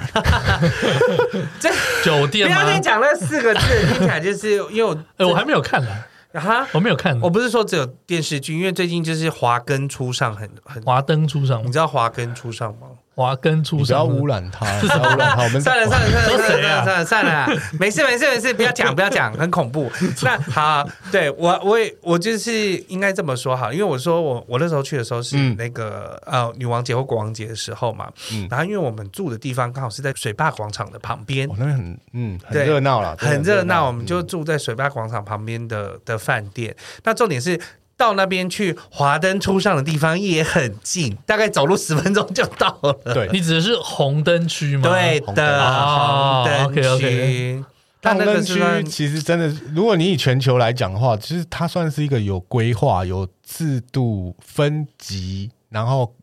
A: 酒
B: 不
A: 店
B: 要再
A: 吗？
B: 讲那四个字，听起来就是因为我
A: <laughs> 哎，我还没有看呢，
B: 哈，
A: 我没有看呢
C: 哦
B: 我不是说只有电视剧，因为最近就是华根初上很很，
A: 华灯初上
B: 你，知道华根初上吗？
A: 华灯
C: 嗯你
A: <laughs> 初
C: 不要
A: 上，
C: 污染它，不要污
B: <laughs>
C: 染它。我们
B: 算
C: <laughs>
B: 了算了算了
A: 说
B: 算
A: 谁
B: 了
A: 啊
B: 算了算了算了， <laughs> 没事没事没事，不要讲不要讲，很恐
C: <laughs>
B: 怖。那好，对我我也我就是应该这么说哈，因为我说我我那时候去的时候是
C: 嗯
B: 那个、呃女王节或国王节的时候嘛，
C: 嗯
B: 然后因为我们住的地方刚好是在水坝广场的旁边
C: 我、。那边很嗯很
B: 对
C: 热闹啦，真的
B: 很热闹，我们就
C: 嗯
B: 住在水坝广场旁边的的饭店。那重点是到那边去华灯初上的地方也很近，大概走路十分钟就到了。
C: 对。
A: 你指的是红灯区吗？
B: 对
C: 红灯
A: 哦
B: 的，红灯
A: OK，OK
B: 区。它
C: 大
B: 那个
C: 灯
B: 是
C: 区
B: 算
C: 其实真的，如果你以全球来讲的话，其实它算是一个有规划、有制度、分级，然后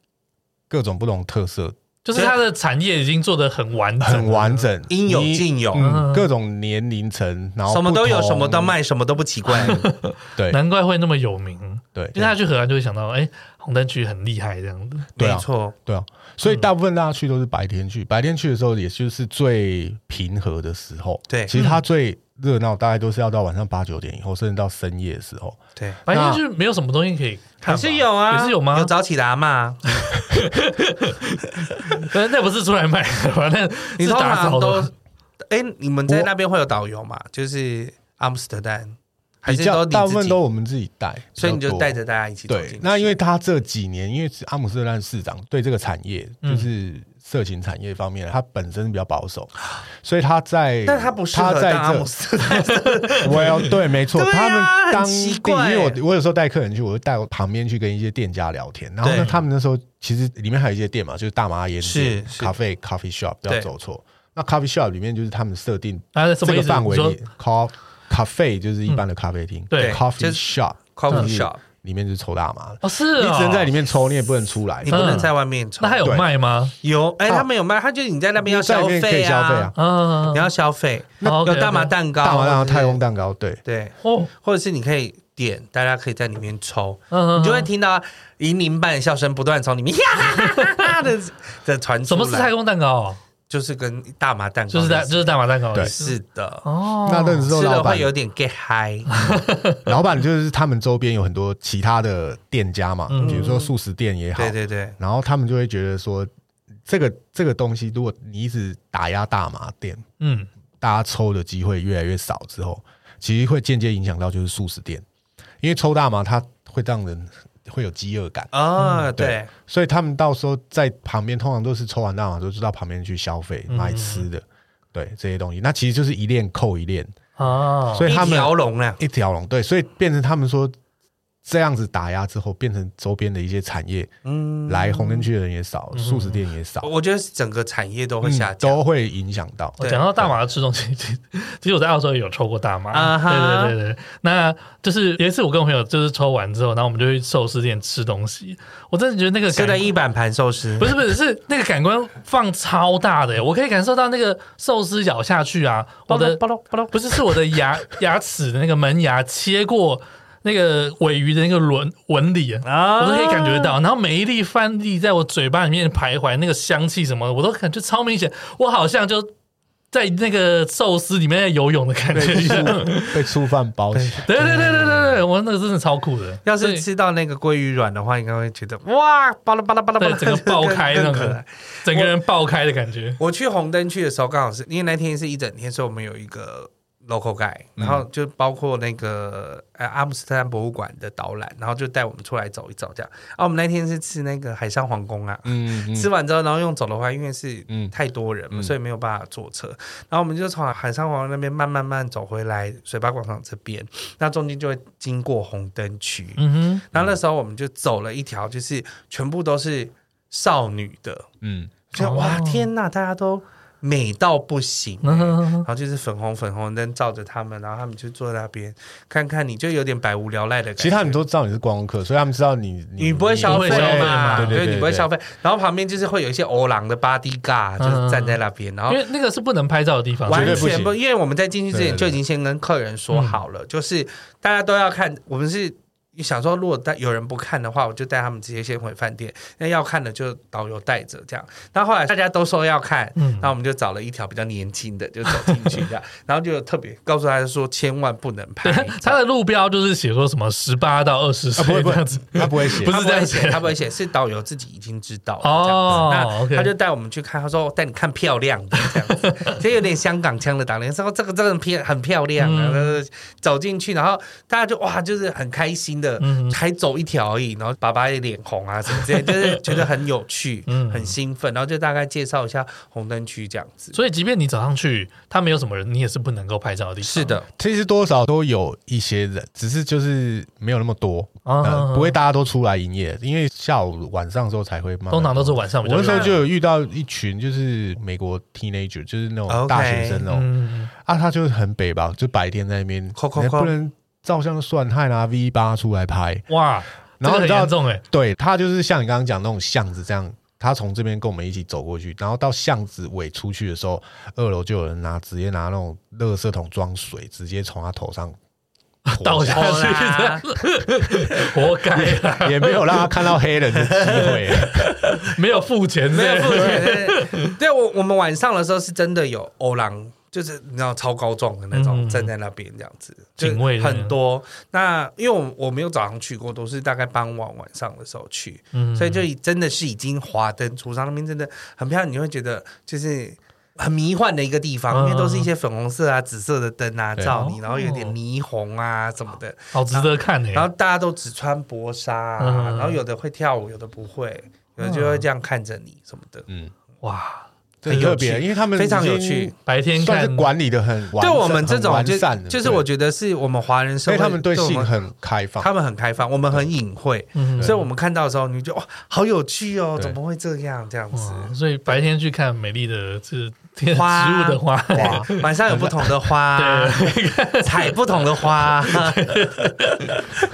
C: 各种不同特色
A: 就是它的产业已经做得很完整，
C: 很完整，
B: 嗯应有
C: 你
B: 尽有
C: 嗯，各种年龄层，然后
B: 什么都有，
C: 不同
B: 什么都，卖，什么都不奇 <laughs> 怪。
C: 对
A: 难怪会那么有名。
C: 对
A: 因为大家去荷兰就会想到，哎，红灯区很厉害这样子。
C: 对啊
B: 没错，
C: 对啊，所以
B: 嗯
C: 大部分大家去都是白天去，白天去的时候也就是最平和的时候，
B: 对
C: 其实它最热闹大概都是要到晚上八九点以后，甚至到深夜的时候，
B: 对，
A: 白天是没有什么东西可以看
B: 还
A: 吧，
B: 是有啊，
A: 也是有吗？
B: 有早起的阿嬷，
A: 但那不是出来卖的吧？那
B: <laughs> 你
A: 是
B: 通
A: 打
B: 常
A: 扫
B: 都 <laughs>
A: 的。，
B: 哎，你们在那边会有导游嘛？就是阿姆斯特丹，还
C: 比
B: 是都
C: 较
B: 你
C: 大部
B: 自
C: 分
B: 己
C: 都？我们自己带，
B: 所以你
C: 比
B: 就
C: 较多
B: 带着大家一起走进
C: 对
B: 去。，
C: 那因为他这几年，因为阿姆斯特丹市长对这个产业，
A: 嗯
C: 就是色情产业方面，他本身比较保守，所以他在，
B: 但他不适合
C: 他在
B: 当阿姆
C: 这
B: 斯特丹，
C: <laughs> ，Well，对，没
B: <laughs>
C: 错，
B: 对啊
C: 他们当
B: 很奇
C: 地，
B: 怪
C: 因为我我有时候带客人去，我就带我旁边去跟一些店家聊天，然后呢，
B: 对
C: 他们那时候其实里面还有一些店嘛，就是大麻烟店
B: 是、是
C: 咖啡、coffee shop，不要
B: 对
C: 走错。那 coffee shop 里面就是他们设定
A: 啊，什
C: 这
A: 么意
C: 个
A: 思？
C: 范围
A: 你说
C: 里，coff cafe 就是一般的咖啡厅，
A: 对
B: 嗯就
C: ，coffee
B: 是
C: shop
B: coffee
C: 是
B: shop，
C: 里面就是抽大麻的。
A: 哦，是
C: 你
A: 哦
C: 只能在里面抽，你也不能出来
B: 你。不能在外面抽。
A: 那还有
C: 对
A: 卖吗？
B: 有，哎，
C: 啊
B: 他们有卖，他就你在那边要
C: 在
B: 消
C: 里面可以
B: 费
C: 消费啊
B: 啊，
A: 啊
B: 你，要消费，
A: 那
B: 有
A: OK，OK
B: 大麻蛋糕，
C: 大麻蛋糕、
B: 或者是
C: 太空蛋糕，对，
B: 对，
A: 哦，
B: 或者是你可以点，大家可以在里面抽。
A: 嗯，
B: 你就会听到银铃般的笑声不断从里面呀哈哈哈哈的的传出
A: 什么
B: 来。
A: 是太空蛋糕？
B: 就是跟大麻蛋糕
A: 就是大
B: 类似
A: 就是大麻蛋糕的意思，
B: 是的，
A: 哦，
C: 那认识
B: 吃
C: 后，
B: 了
C: 老
B: 会
C: 板
B: 有点 get high，
A: <laughs>
C: 老板就是他们周边有很多其他的店家嘛，
A: 嗯
C: 比如说素食店也好
B: 对，对对，
C: 然后他们就会觉得说，这个这个东西，如果你一直打压大麻店，
A: 嗯，
C: 大家抽的机会越来越少之后，其实会间接影响到就是素食店，因为抽大麻它会让人会有饥饿感，
B: 哦，对
C: 嗯对，所以他们到时候在旁边通常都是抽完大麻之后就到旁边去消费
A: 嗯
C: 买吃的，对这些东西，那其实就是一链扣一链，
A: 哦，
C: 所以他
B: 一
C: 们
B: 条龙啦，啊
C: 一条龙，对，所以变成他们说这样子打压之后，变成周边的一些产业，嗯，来红灯区的人也少，素食店也少，
B: 我觉得整个产业嗯都会下
C: 嗯，
B: 降。
C: 都会影响到。
A: 我
B: 对
A: 讲到大麻的吃东西，其实 <laughs> 其实我在澳洲也有抽过大麻。
B: 啊哈
A: 对对对对，那就是有一次我跟我朋友就是抽完之后，然后我们就去寿司店吃东西，我真的觉得那个
B: 现
A: 感
B: 在一板盘寿司
A: 不是不是是那个感官放超大的耶，我可以感受到那个寿司咬下去啊，我的
B: 巴拉巴拉
A: 不是是我的牙 <laughs> 牙齿的那个门牙切过那个尾鱼的那个轮纹理啊，
B: 啊
A: 我都可以感觉到。然后每一粒饭粒在我嘴巴里面徘徊，那个香气什么的，我都感觉超明显。我好像就在那个寿司里面在游泳的感觉一样。
C: 被触犯包起，
A: <laughs> 对对对对对对，我那个真的超酷的。
B: 要
A: 所
B: 是
A: 以
B: 吃到那个鲑鱼卵的话，应该会觉得哇，巴拉巴拉巴拉巴
A: 对
B: 拉，
A: 整个爆开那
B: <laughs> 更更可
A: 种
B: 爱。，
A: 整个人爆开的感觉。
B: <laughs> 我去红灯区的时候，刚好是因为那天是一整天，所以我们有一个 local guy，然
C: 嗯
B: 后就包括那个呃阿姆斯特丹博物馆的导览，然后就带我们出来走一走这样。啊，我们那天是吃那个海上皇宫啊，
C: 嗯，
B: 吃完之后，然后用走的话，因为是
C: 嗯
B: 太多人嘛，
C: 嗯
B: 所以没有办法坐车。然后我们就从海上皇宫那边慢慢慢走回来水坝广场这边，那中间就会经过红灯区。
A: 嗯
B: 然后那时候我们就走了一条，就是全部都是少女的，
C: 嗯，
B: 就哇
A: 哦
B: 天呐，大家都美到不行。
A: 嗯哼，
B: 然后就是粉红粉红灯照着他们，然后他们就坐在那边看看你，就有点百无聊赖的感觉。
C: 其实他们都知道你是观光客，所以他们知道你
B: 你不会消费
A: 你不会消费
B: 嘛？
A: 嘛
C: 对对对，
B: 你不会消
C: 费。
B: 费。然后旁边就是会有一些欧郎的巴迪嘎，
C: 嗯
B: 就是站在那边，然后
A: 因为那个是不能拍照的地方，
C: 绝
B: 完
C: 对不
B: 全
C: 行
B: 不，因为我们在进去之
C: 对
B: 前
C: 对嗯
B: 就已经先跟客人说好了，就是大家都要看，我们是。想说，如果带有人不看的话，我就带他们直接先回饭店。那要看的就导游带着这样。那后来大家都说要看，
A: 嗯
B: 那我们就找了一条比较年轻的，就走进去
C: <laughs>
B: 这样。然后就特别告诉大家说，千万不能拍
A: 对。，他的路标就是写说什么十八到二十
C: 啊，不会
A: 岁
C: 不
A: 这
B: <laughs>
A: 样
C: 会
A: 子，，
C: 他不会写
A: 不，
B: 他
A: 是
B: 不
A: 这样
B: 会
A: 写
B: 写，他不会写，是导游自己已经知道了这
A: 哦
B: 样子。那
A: OK
B: 他就带我们去看，他说带你看漂亮的这样
A: <laughs>
B: 子，就有点香港腔的打量，说这个这个很漂很漂亮
A: 嗯
B: 啊。然后走进去，然后大家就哇，就是很开心的，
A: 嗯
B: 还走一条而已。然后爸爸也脸红啊什么之类，就是觉得很有趣，
A: 嗯
B: 很兴奋。然后就大概介绍一下红灯区这样子。
A: 所以即便你早上去，他没有什么人，你也是不能够拍照的地方。
B: 是的，
C: 其实多少都有一些人，只是就是没有那么多，
A: 啊，
C: 呃不会
A: 大，
C: 大家都出来营业，因为下午晚上的时候才会慢慢
A: 通常都是晚上比较
C: 我那
A: 热
C: 时
A: 闹。
C: 候就有遇到一群就是美国 teenager，就是那
B: OK
C: 种大学生那种
A: 嗯，
C: 啊，他就是很北吧，就白天在那边，
B: 扣扣
C: 你
B: 扣
C: 不能照相就算，他还拿 V 八出来拍，
A: 哇，
C: 然后
A: 这
C: 你
A: 个很
C: 知道
A: 严，重哎，
C: 对他就是像你刚刚讲那种巷子这样。他从这边跟我们一起走过去，然后到巷子尾出去的时候，二楼就有人拿直接拿那种垃圾桶装水，直接从他头上泼
A: <laughs> 倒下
B: 好啦
A: 去，的，活该啦，
C: 也没有让他看到黑人的机会。
A: 没有付钱，
B: <laughs> 没有
A: 是不
B: 付
A: 是。
B: 钱。对我我们晚上的时候是真的有欧郎，就是你知道超高壮的那种、
A: 嗯
B: 站在那边这样子，
A: 警
B: 就是
A: 卫的
B: 很多。那因为我我没有早上去过，都是大概傍晚晚上的时候去，
A: 嗯
B: 所以就真的是已经华灯初上，那边真的很漂亮，你会觉得就是。很迷幻的一个地方，因为都是一些粉红色啊、紫色的灯啊
C: 对
B: 照你，然后有
A: 哦
B: 点霓虹啊什么的，
A: 好值得看哎。
B: 然后大家都只穿薄纱啊、
A: 嗯
B: 然后有的会跳舞，有的不会，有的就会这样看着你什么的。
C: 嗯，
A: 哇，
C: 这很特别，因为他们
B: 非常有
C: 已经
B: 趣
A: 白天
C: 算是
A: 看
C: 管理的很完
B: 对
C: 善
B: 我们这
C: 很
B: 种
C: 完
B: 就
C: 善的
B: 就是我
C: 对
B: 觉得是我们华人社
C: 所
B: 会，
C: 以他们对
B: 我
C: 性
B: 们
C: 很开放，
B: 他们很开放，我们很隐晦，
A: 嗯
B: 所以我们看到的时候，你就哇，好有趣哦，
C: 对
B: 怎么会这样这样子？
A: 哇，所以白天去看美丽的这天植
B: 花
A: 物的花，
B: 哇，晚上有不同的
C: <laughs>
B: 花，采不同的花，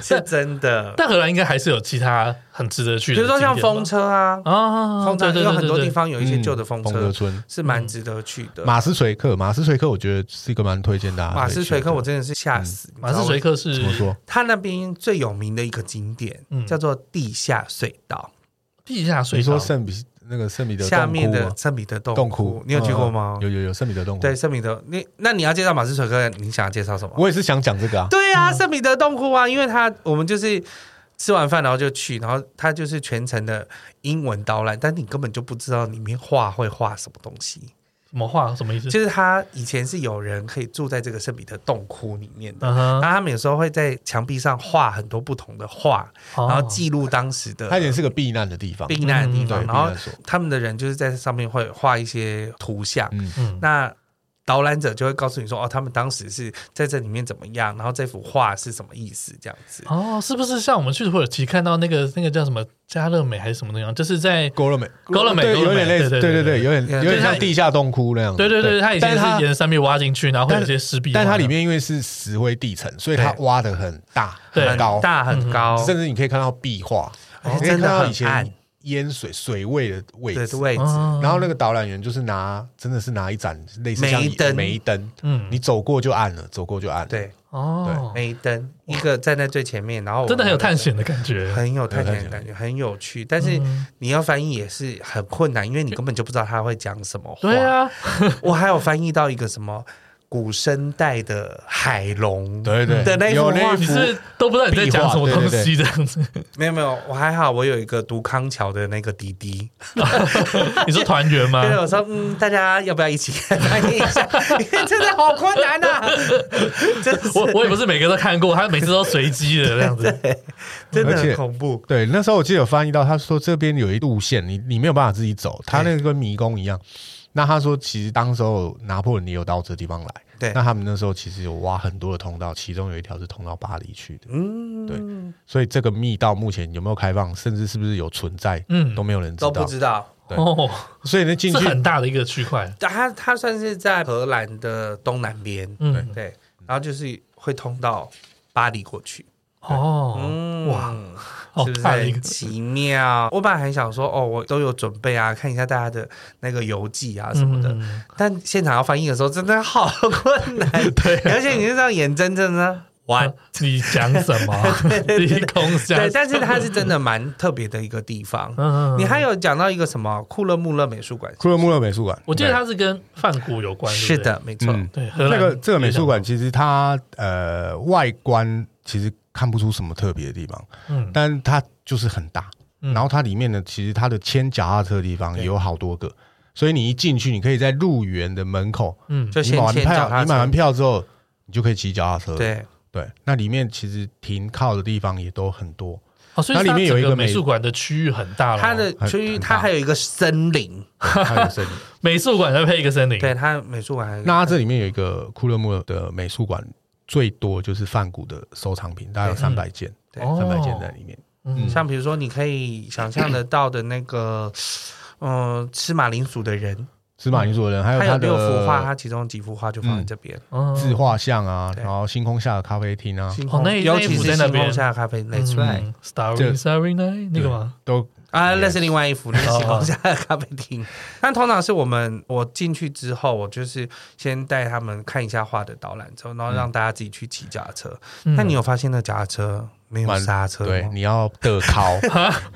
B: 是真的。
A: <laughs> 但荷兰应该还是有其他很值得去
B: 比
A: 的景
B: 如
A: 点吧，
B: 说像风车啊，
A: 啊，
B: 风车
A: 对对
B: 有
A: 对
B: 很多
A: 对
B: 地方有一些
C: 嗯
B: 旧的风
C: 风车
B: 车，
C: 村、
B: 是蛮值得去的。
C: 马斯垂克，马斯垂克，我觉得是一个蛮推荐大家。
B: 马斯垂克，我真的是吓死。你知道
C: 嗯
A: 马斯垂
B: 为什么，
A: 克是
C: 怎么说？
B: 它那边最有名的一个景点
A: 嗯
B: 叫做地下隧道。
A: 地下水
C: 你说
A: 道，
C: 圣彼那个圣彼得洞窟
B: 下面的
C: 吗
B: 圣彼得洞
C: 洞
B: 窟
C: 窟，，
B: 你有去过吗
C: 嗯？有有有圣彼得洞窟。
B: 对，，圣彼得，你那你要介绍马斯垂克，你想要介绍什么？
C: 我也是想讲这个啊。
B: 对啊，圣彼得洞窟啊，因为他我们就是吃完饭然后就去，然后他就是全程的英文导览，但你根本就不知道里面画会画什么东西。
A: 什么话什么意思？
B: 就是他以前是有人可以住在这个圣彼得洞窟里面的。
A: 嗯哼
B: 然，后他们有时候会在墙壁上画很多不同的画，
A: 哦
B: 然后记录当时的
C: 它也是个避难的地方，
B: 避难的地
C: 对
B: 方。
C: 避
B: 然后
C: 难所。
B: 他们的人就是在上面会画一些图像，
C: 嗯，
A: 嗯
B: 那导览者就会告诉你说，哦，他们当时是在这里面怎么样，然后这幅画是什么意思，这样子。
A: 哦，是不是像我们去土耳其看到那个那个叫什么加勒美还是什么那样？就是在
C: 勾勒美，
A: 勾勒美
C: 对
A: 勾勒
C: 有
A: 美
C: 点类似，
A: 对
C: 对
A: 对
C: 对
A: 对
C: 对，有
B: 对
C: 点有点
A: 它
C: 像地下洞窟那样子。
A: 对对对，它以
C: 但
A: 前
C: 是
A: 是
C: 它
A: 沿着山壁挖进去，然后会有一些石壁嘛，
C: 但它里面因为是石灰地层，所以它
B: 对
C: 挖的很大
A: 对
C: 很高，嗯
B: 大很高，
C: 甚至你可以看到壁画，
B: 哦
C: 你可
B: 真
C: 以看
B: 的
C: 到
B: 很
C: 以
B: 暗
C: 前淹水水位的位
B: 对
C: 置
B: 的。位置。
A: 哦
C: 然后那个导览员就是拿，真的是拿一盏类似像
B: 煤灯
C: 煤灯，
A: 嗯
C: 你走过就暗了，走过就暗了。
B: 对，
A: 哦，
B: 煤灯，一个站在最前面，然后我
A: 真的很有探险
B: 们
A: 的感觉
B: 两个，很有探险的感觉，很有趣。但是
A: 嗯
B: 你要翻译也是很困难，因为你根本就不知道他会讲什么话。
A: 对，啊，
B: 我还有翻译到一个什么古生代的海龙，
C: 对对
B: 的那一幅
C: 有那
B: 画
C: 一
A: 你
C: 幅
A: 是都不知道你在讲什么东西这样子。
B: 没有没有，我还好，我有一个读康桥的那个弟弟，
A: 你说团圆吗？
B: 对，我说嗯，大家要不要一起 <laughs> 翻译一下？因为真的好困难啊， <laughs> 真的是
A: 我我也不是每个都看过，他每次都随机的这样子。
B: 真的
C: 而
B: 很
C: 且
B: 恐怖。
C: 对，那时候我记得有翻译到，他说这边有一路线，你你没有办法自己走，他那个跟迷宫一样。那他说，其实当时候拿破仑也有到这地方来，
B: 对
C: 那他们那时候其实有挖很多的通道，其中有一条是通到巴黎去的，
B: 嗯，
C: 对所以这个密道目前有没有开放，甚至是不是有存在，
A: 嗯
C: 都没有人知
B: 都
C: 道。
B: 不知道。
C: 对
A: 哦，
C: 所以呢，进
A: 是
C: 去
A: 很大的一个区块。
B: 它它算是在荷兰的东南边，
A: 嗯，
B: 对，然后就是会通到巴黎过去。
A: 哦，
B: 嗯，
A: 哇，好
B: 是不是
A: 大的一
B: 很
A: 个。
B: 奇妙？我本来还想说，哦，我都有准备啊，看一下大家的那个游记啊什么的。
A: 嗯
B: 但现场要翻译的时候，真的好困难。
A: <laughs> 对啊嗯
B: 而且你就知道眼睁睁的玩。
A: 你讲什么？ <laughs> 低空下
B: 对，，但是它是真的蛮特别的一个地方。
A: 嗯
B: 你还有讲到一个什么库勒穆勒美术馆？
C: 库勒穆勒美术馆，
A: 我记得它是跟梵谷有关，
B: 是
A: 对不对，
B: 的，没错。
C: 嗯
A: 对，荷
C: 对
A: 兰
C: 那个这个美术馆，其实它呃外观其实看不出什么特别的地方，
A: 嗯，
C: 但它就是很大，
A: 嗯
C: 然后它里面呢，其实它的牵脚踏车的地方
B: 对
C: 也有好多个，所以你一进去，你可以在入园的门口，
A: 嗯
B: 就
C: 你
B: 先
C: 买完
B: 先脚
C: 票，
B: 踏
C: 你买
B: 车
C: 完。票之后，你就可以骑脚踏车。
B: 对，
C: 对，那里面其实停靠的地方也都
B: <laughs>
C: 很多，
A: 哦，所以
C: 它里面有一
A: 它
C: 个
A: 整
C: 美
A: 美术馆的区域很嗯大了。
B: 它的
C: 很
B: 区域
C: 很
B: 它
C: 大
B: 还有一个森林，
C: 还有森林。
A: 美术馆再配一个森林，
B: 对，它美术馆还有一个
C: 那它这里面有一个库勒莫的美术馆，最多就是梵谷的收藏品，大概有
A: 对嗯
C: 三百件，
B: 对哦
C: 三百件在里面。
A: 嗯，
B: 像比如说，你可以想象得到的那个，嗯、吃马铃薯的人，
C: 司马林所人，还有
B: 他
C: 他
B: 嗯有六幅画，
C: 的
B: 他其中几幅画就放在这边。
A: 嗯
C: 自画像啊，
B: 对
C: 然后星空下的咖啡厅啊，
B: 星
A: 哦
B: 空，
A: 那
B: 尤其
A: 那一幅
B: 是
A: 在那
B: 星
A: 边
B: 空下的咖啡，That's right。
A: 嗯，Starry
C: 这
A: Starry Night 那个吗？
C: 都
B: 啊，
C: Yes
B: 那是另外一幅，那是
A: 哦
B: 星空下的咖啡厅。那通常是我们我进去之后，我就是先带他们看一下画的导览，之后，然后让大家自己去骑脚踏车。
A: 嗯
B: 那你有发现那脚踏车没有
C: 蛮
B: 刹车吗？
C: 对，你要
B: <laughs>
C: 的靠，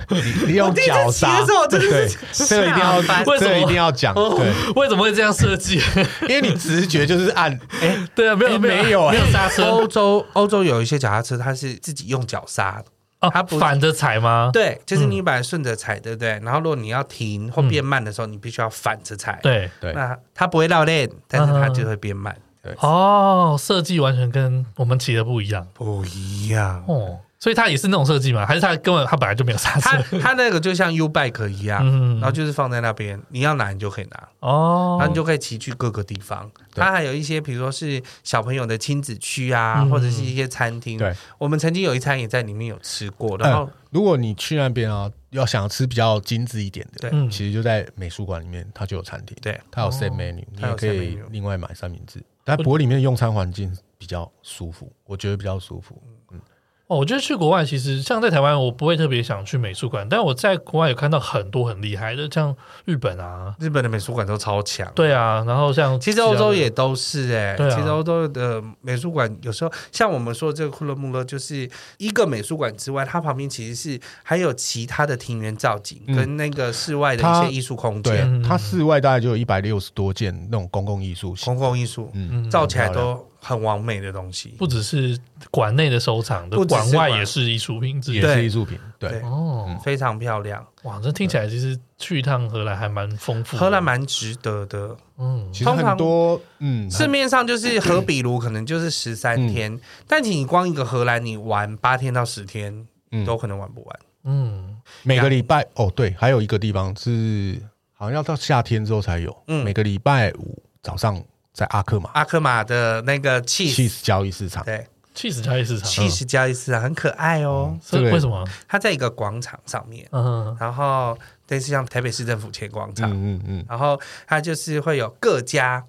C: 你你用脚刹
B: 我第一次骑的时候我真的
C: 对
B: <laughs> 是，
C: 这个一定要，
B: 吓
A: 翻
C: 这个一定要讲，对，
A: 为什么会这样设计？
C: 因为你直觉就是按，哎，
A: 对啊，没有
C: 哎
A: 没
C: 没有哎
A: 没有刹车
B: 欧洲欧洲有一些脚踏车，它是自己用脚刹的。嗯
A: 哦
B: 它不，是
A: 反着踩吗？
B: 对，就是你本来顺着踩，对不对？然后如果你要停或变慢的时候，你必须要反着踩。，
A: 对
C: 对
B: 那它不会绕链，但是它就会变慢，
A: 哦，设计完全跟我们骑的不一样
B: 不一样。
A: 哦，所以它也是那种设计吗？还是它根本它本来就没有 <laughs> 刹
B: 它
A: 车？
B: 它那个就像 U bike 一样，
A: 嗯
B: 然后就是放在那边，你要拿你就可以拿，
A: 哦
B: 然后你就可以骑去各个地方。
C: 对
B: 它还有一些，比如说是小朋友的亲子区啊，
A: 嗯
B: 或者是一些餐厅。
C: 对，
B: 我们曾经有一餐也在里面有吃过，然后
C: 嗯，如果你去那边啊，要想吃比较精致一点的，
B: 对
A: 嗯
C: 其实就在美术馆里面，它就有餐厅，
B: 对，
C: 它有
A: 哦
C: set menu，你
B: 它有 set
C: 也可以
B: menu
C: 另外买三明治，但不过里面的用餐环境比较舒服，我觉得比较舒服，
B: 嗯
A: 哦，我觉得去国外其实像在台湾，我不会特别想去美术馆，但我在国外有看到很多很厉害的，像日本啊，
B: 日本的美术馆都超强。
A: 对啊，然后像
B: 其实欧洲也都是哎、
A: 对啊
B: 其实欧洲的美术馆有时候像我们说这个库勒穆勒，就是一个美术馆之外，它旁边其实是还有其他的庭园造景、
C: 嗯
B: 跟那个室外的一
C: 它
B: 些艺术空
C: 对
B: 间、
A: 嗯，
C: 它室外大概就有一百六十多件那种公共艺术
B: 公共艺术、
C: 嗯，
A: 嗯
B: 造起来都很完美的东西。
A: 不只是馆内的收藏，
B: 不
A: 的
B: 只是
A: 馆外
B: 馆
A: 也是艺术品之一
C: 也是艺术品，
B: 对嗯
C: 对，
A: 哦，
B: 非常漂亮，
A: 哇，这听起来其实去一趟荷兰还蛮丰富的。
B: 荷兰蛮值得的。
A: 嗯，
C: 其实
B: 通常
C: 很多，嗯，
B: 市面上就是荷比卢，可能就是十三天，但请你光一个荷兰，你玩八天到十天，
C: 嗯
B: 都可能玩不完。
A: 嗯，
C: 每个礼拜哦，对，还有一个地方是好像要到夏天之后才有，
B: 嗯
C: 每个礼拜五早上在阿克马
B: 阿克玛的那个 cheese，
C: cheese 嗯交易市场，
B: 对
A: 气死交易市场，
B: ，cheese 交易市啊场很可爱哦，
A: 所以
C: 这个
A: 为什么？
B: 它在一个广场上面，
A: 嗯，
B: 然后类似像台北市政府前广场，
C: 嗯嗯嗯，
B: 然后它就是会有各家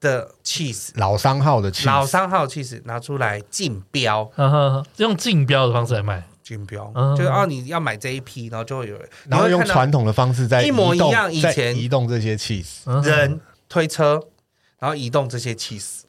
B: 的 cheese
C: 老商号的 cheese，
B: 老商号 cheese 拿出来竞标，
A: 嗯哼，用竞标的方式来卖，
B: 竞标
A: 嗯
B: 就是哦，你要买这一批，然后就会有人，
C: 然后
B: 你会
C: 用
B: 看到
C: 传统的方式在
B: 一模一
C: 动
B: 样以
C: 在
B: 前
C: 移动这些 cheese，
A: 嗯哼
B: 人推车，然后移动这些 cheese，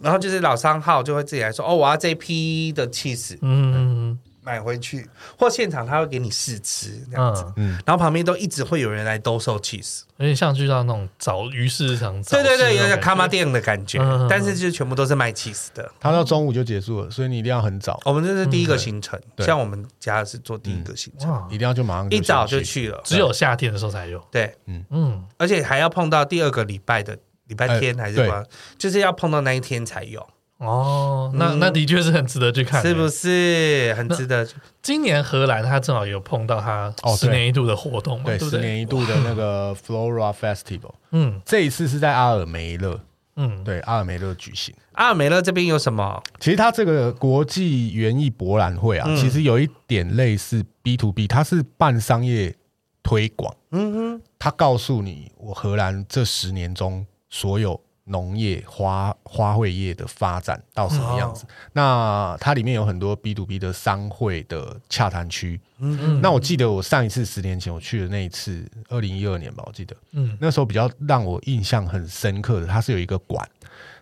B: 然
A: 哦
B: 后就是老商号就会自己来说哦，我要这一批的 cheese
A: 嗯
B: 买回去，或现场他会给你试吃这样子。
A: 嗯，
B: 然后旁边都一直会有人来兜售 cheese，
A: 有点像去到那种早鱼市场早市
B: 对
A: 那
B: 对
A: 种感觉，
B: 对，有点卡玛店的感觉，
A: 嗯嗯嗯
B: 但是就是全部都是卖 cheese 的。
C: 它到中午就结束了，所以你一定要很早，
B: 我们这是第一个行程，
C: 对
B: 像我们家是做第一个行程，
A: 哇
C: 一，定要就马上
B: 一早就
C: 先，
B: 去了，
A: 只有夏天的时候才有，
B: 对，
A: 嗯，
B: 而且还要碰到第二个礼拜的礼拜天
C: 哎
B: 还是
C: 对
B: 什么，就是要碰到那一天才有，
A: 哦，那
B: 嗯
A: 那的确是很值得去看，
B: 是不？是很值得？
A: 今年荷兰它正好有碰到它
C: 哦对
A: 十年一度的活动嘛，
C: 对，
A: 不
C: 十年
A: 对？
C: 一度的那个 Flora Festival，
A: 嗯
C: 这一次是在阿尔梅勒，
A: 嗯，
C: 对，阿尔梅勒举行。
B: 阿尔梅勒这边有什么？
C: 其实它这个国际园艺博览会啊，
B: 嗯
C: 其实有一点类似 B to B，它是办商业推广。
B: 嗯哼，
C: 它告诉你，我荷兰这十年中所有农业花花卉业的发展到什么样
B: 哦
C: 子。那它里面有很多 B to B 的商会的洽谈区。
A: 嗯
C: 那我记得我上一次十年前我去的那一次，二零一二年吧，我记得
A: 嗯
C: 那时候比较让我印象很深刻的，它是有一个馆，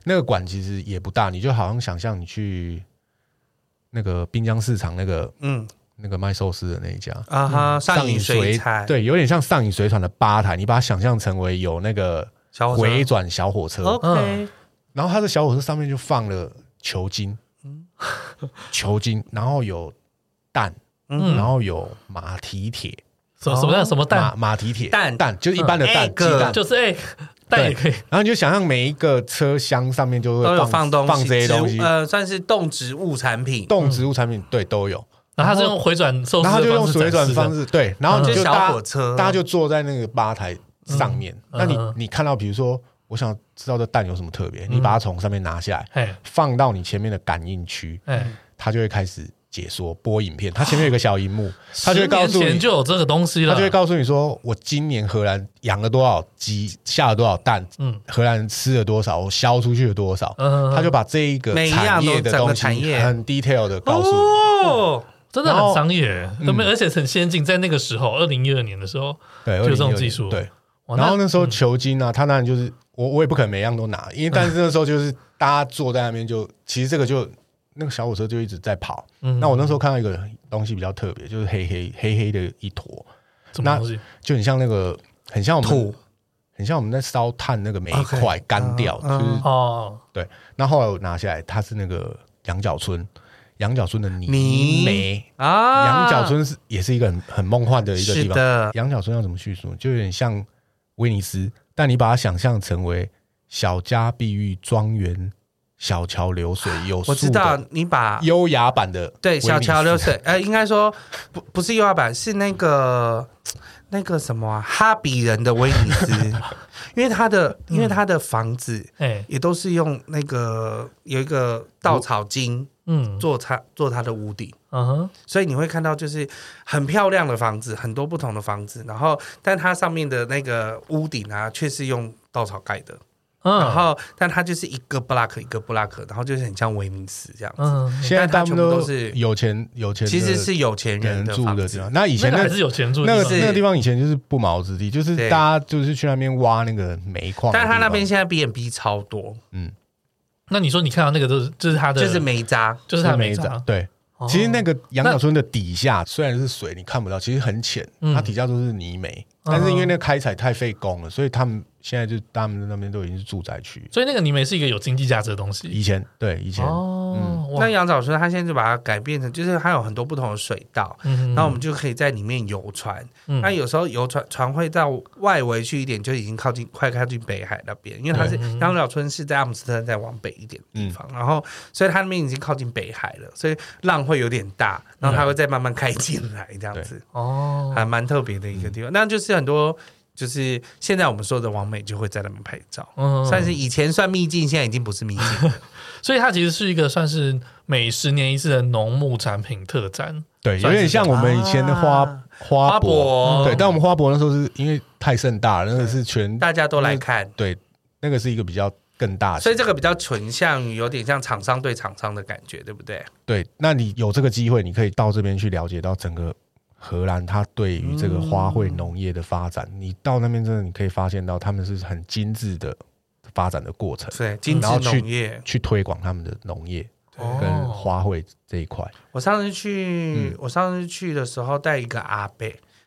C: 那个馆其实也不大，你就好像想象你去那个滨江市场那个
B: 嗯
C: 那个卖寿司的那一家。
B: 啊哈，上
C: 影
B: 影水彩，
C: 对，有点像上影水产的吧台，你把它想象成为有那个
B: 小火
C: 回
B: 车
C: 嗯
B: 嗯
C: 转小火车，
A: 哦
B: ，OK，
C: 然后它的小火车上面就放了球精，球精，然后有蛋，
A: 嗯，
C: 然后有马蹄铁，
A: 什么什么样什么
C: 哦马
A: 蛋，
C: 马蹄铁
B: 蛋
C: 蛋就是一般的蛋，
B: Egg
C: 鸡蛋。
A: 就是哎，蛋也可以，
C: 然后你就想象每一个车厢上面就
B: 都有
C: 会
B: 放
C: 放
B: 东西，
C: 放这些东
B: 植
C: 西
B: 物，呃，算是动植物产品，
C: 动植物产品对都有，
A: 然后它是用回转寿司
C: 然后
A: 的
C: 就用
A: 方式
C: 水
A: 展
C: 转
A: 示
C: 方
A: 的，
C: 式对，然后
B: 嗯就
C: 你
B: 是
C: 就
B: 小
C: 大
B: 火车，
C: 大家就坐在那个吧台上面。
A: 嗯
C: 那你
A: 嗯
C: 你看到，比如说，我想知道这蛋有什么特别，你把它从上面拿下来，
A: 哎
C: 放到你前面的感应区，
A: 哎，
C: 它就会开始解说播影片。它前面有一个小荧幕，它就
A: 十
C: 会告诉
A: 年前
C: 你。
A: 就有这个东西了，
C: 它就会告诉你说，我今年荷兰养了多少鸡，下了多少蛋，
A: 嗯
C: 荷兰人吃了多少，我销出去了多少，
A: 嗯
C: 他就把这一个
B: 每一样
C: 产
B: 都
C: 业的
B: 整个
C: 东西
B: 产业
C: 很 detail 的告诉你。
B: 哦，
A: 真的
C: 然
A: 很
C: 后嗯
A: 商业，对不对而且很先进，在那个时候，二零一二年的时候，
C: 对，
A: 就有这种
C: 2016
A: 技术
C: 对，
A: 哇嗯
C: 然后那时候球精啊，他当然就是我，我也不可能每样都拿，因为但是那时候就是大家坐在那边就，其实这个就那个小火车就一直在跑。
A: 嗯
C: 那我那时候看到一个东西比较特别，就是黑黑黑黑的一坨，
A: 什么东西？
C: 就很像那个，很像我们
B: 土，
C: 很像我们在烧炭那个煤块干掉，
B: 嗯
C: 就是
A: 哦，
C: 对。那后来我拿下来，它是那个羊角村，羊角村的泥
B: 泥
C: 煤。
B: 啊，
C: 羊角村是也是一个很很梦幻的一个
B: 是
C: 地方，
B: 的，
C: 羊角村要怎么叙述？就有点像威尼斯，但你把它想象成为小家碧玉庄园、小桥流水有
B: 我
C: 树
B: 知道
C: 的
B: 你把
C: 优雅版的
B: 对小桥流
C: 威尼斯。
B: 水，呃，应该说不不是优雅版，是那个那个什么啊，哈比人的威尼斯，因为他的因为他的房子
A: 哎，
B: 也都是用那个有一个稻草茎
A: 嗯，
B: 做它做它的屋顶。
A: 嗯哼，
B: 所以你会看到，就是很漂亮的房子，很多不同的房子，然后但它上面的那个屋顶啊，却是用稻草盖的，然
A: 嗯，
B: 后但它就是一个 block 一个 block，然后就是很像威尼斯这样子。
A: 嗯，
C: 现
B: 但
C: 在
B: 它
C: 大部
B: 全
C: 分
B: 部都
C: 都
B: 是
C: 有钱有钱的
B: 其实是有钱人
C: 人
B: 的
C: 住
B: 房
C: 的地
B: 子，
C: 方。那以
A: 以前
C: 前
A: 那
C: 那
A: 个还是有钱住的
C: 那
A: 地
C: 个
A: 方，
B: 是
C: 那个地方以前就是不毛之地，就是
B: 对
C: 大家就是去那边挖那个煤矿的地方。
B: 但他那边现在 B n B 超多，
A: 那你说你看到那个都是就是它的，
B: 就是煤渣，
A: 就是它的
C: 煤
A: 煤渣，
C: 对，
A: 哦
C: 其实那个羊角村的底下虽然是水，你看不到，其实很浅，
A: 嗯
C: 它底下都是泥煤。
A: 嗯
C: 但是因为那个开采太费工了，所以他们现在就他们那边都已经是住宅区。
A: 所以那个泥煤是一个有经济价值的东西
C: 以前对以前，
A: 哦，哇
B: 嗯那羊角村它现在就把它改变成，就是它有很多不同的水道，
A: 嗯
B: 然后我们就可以在里面游船。
A: 嗯
B: 那有时候游船船会到外围去一点，就已经靠近快靠近北海那边，因为它是
A: 嗯
B: 羊角村是在阿姆斯特丹再往北一点的地方，然后所以它那边已经靠近北海了，所以浪会有点大，然后它会再慢慢开进来这样子，
A: 哦，嗯
B: 还蛮特别的一个地方。那就是很多就是现在我们说的完美就会在那边拍照，
A: 嗯，
B: 算是以前算秘境，现在已经不是秘境了。
A: 所以它其实是一个算是每十年一次的农牧产品特展，
C: 对，有
A: 算是
C: 点像我们以前的花、
B: 啊
C: 花博，
B: 博
C: 对，但我们花博那时候是因为太盛大了，那个是全
B: 大家都来看，
C: 对，那个是一个比较更大型的，
B: 所以这个比较纯向于有点像厂商对厂商的感觉，对不
C: 嗯
B: 对？
C: 对，那你有这个机会，你可以到这边去了解到整个荷兰，它对于这个花卉
A: 嗯
C: 农业的发展，你到那边真的你可以发现到他们是很精致的发展的过程，
B: 对，精致
C: 然后去
B: 农业。
C: 去推广他们的农业
A: 哦
C: 跟花卉这一块。
B: 我上次去，
C: 嗯
B: 我上次去的时候带一个阿伯，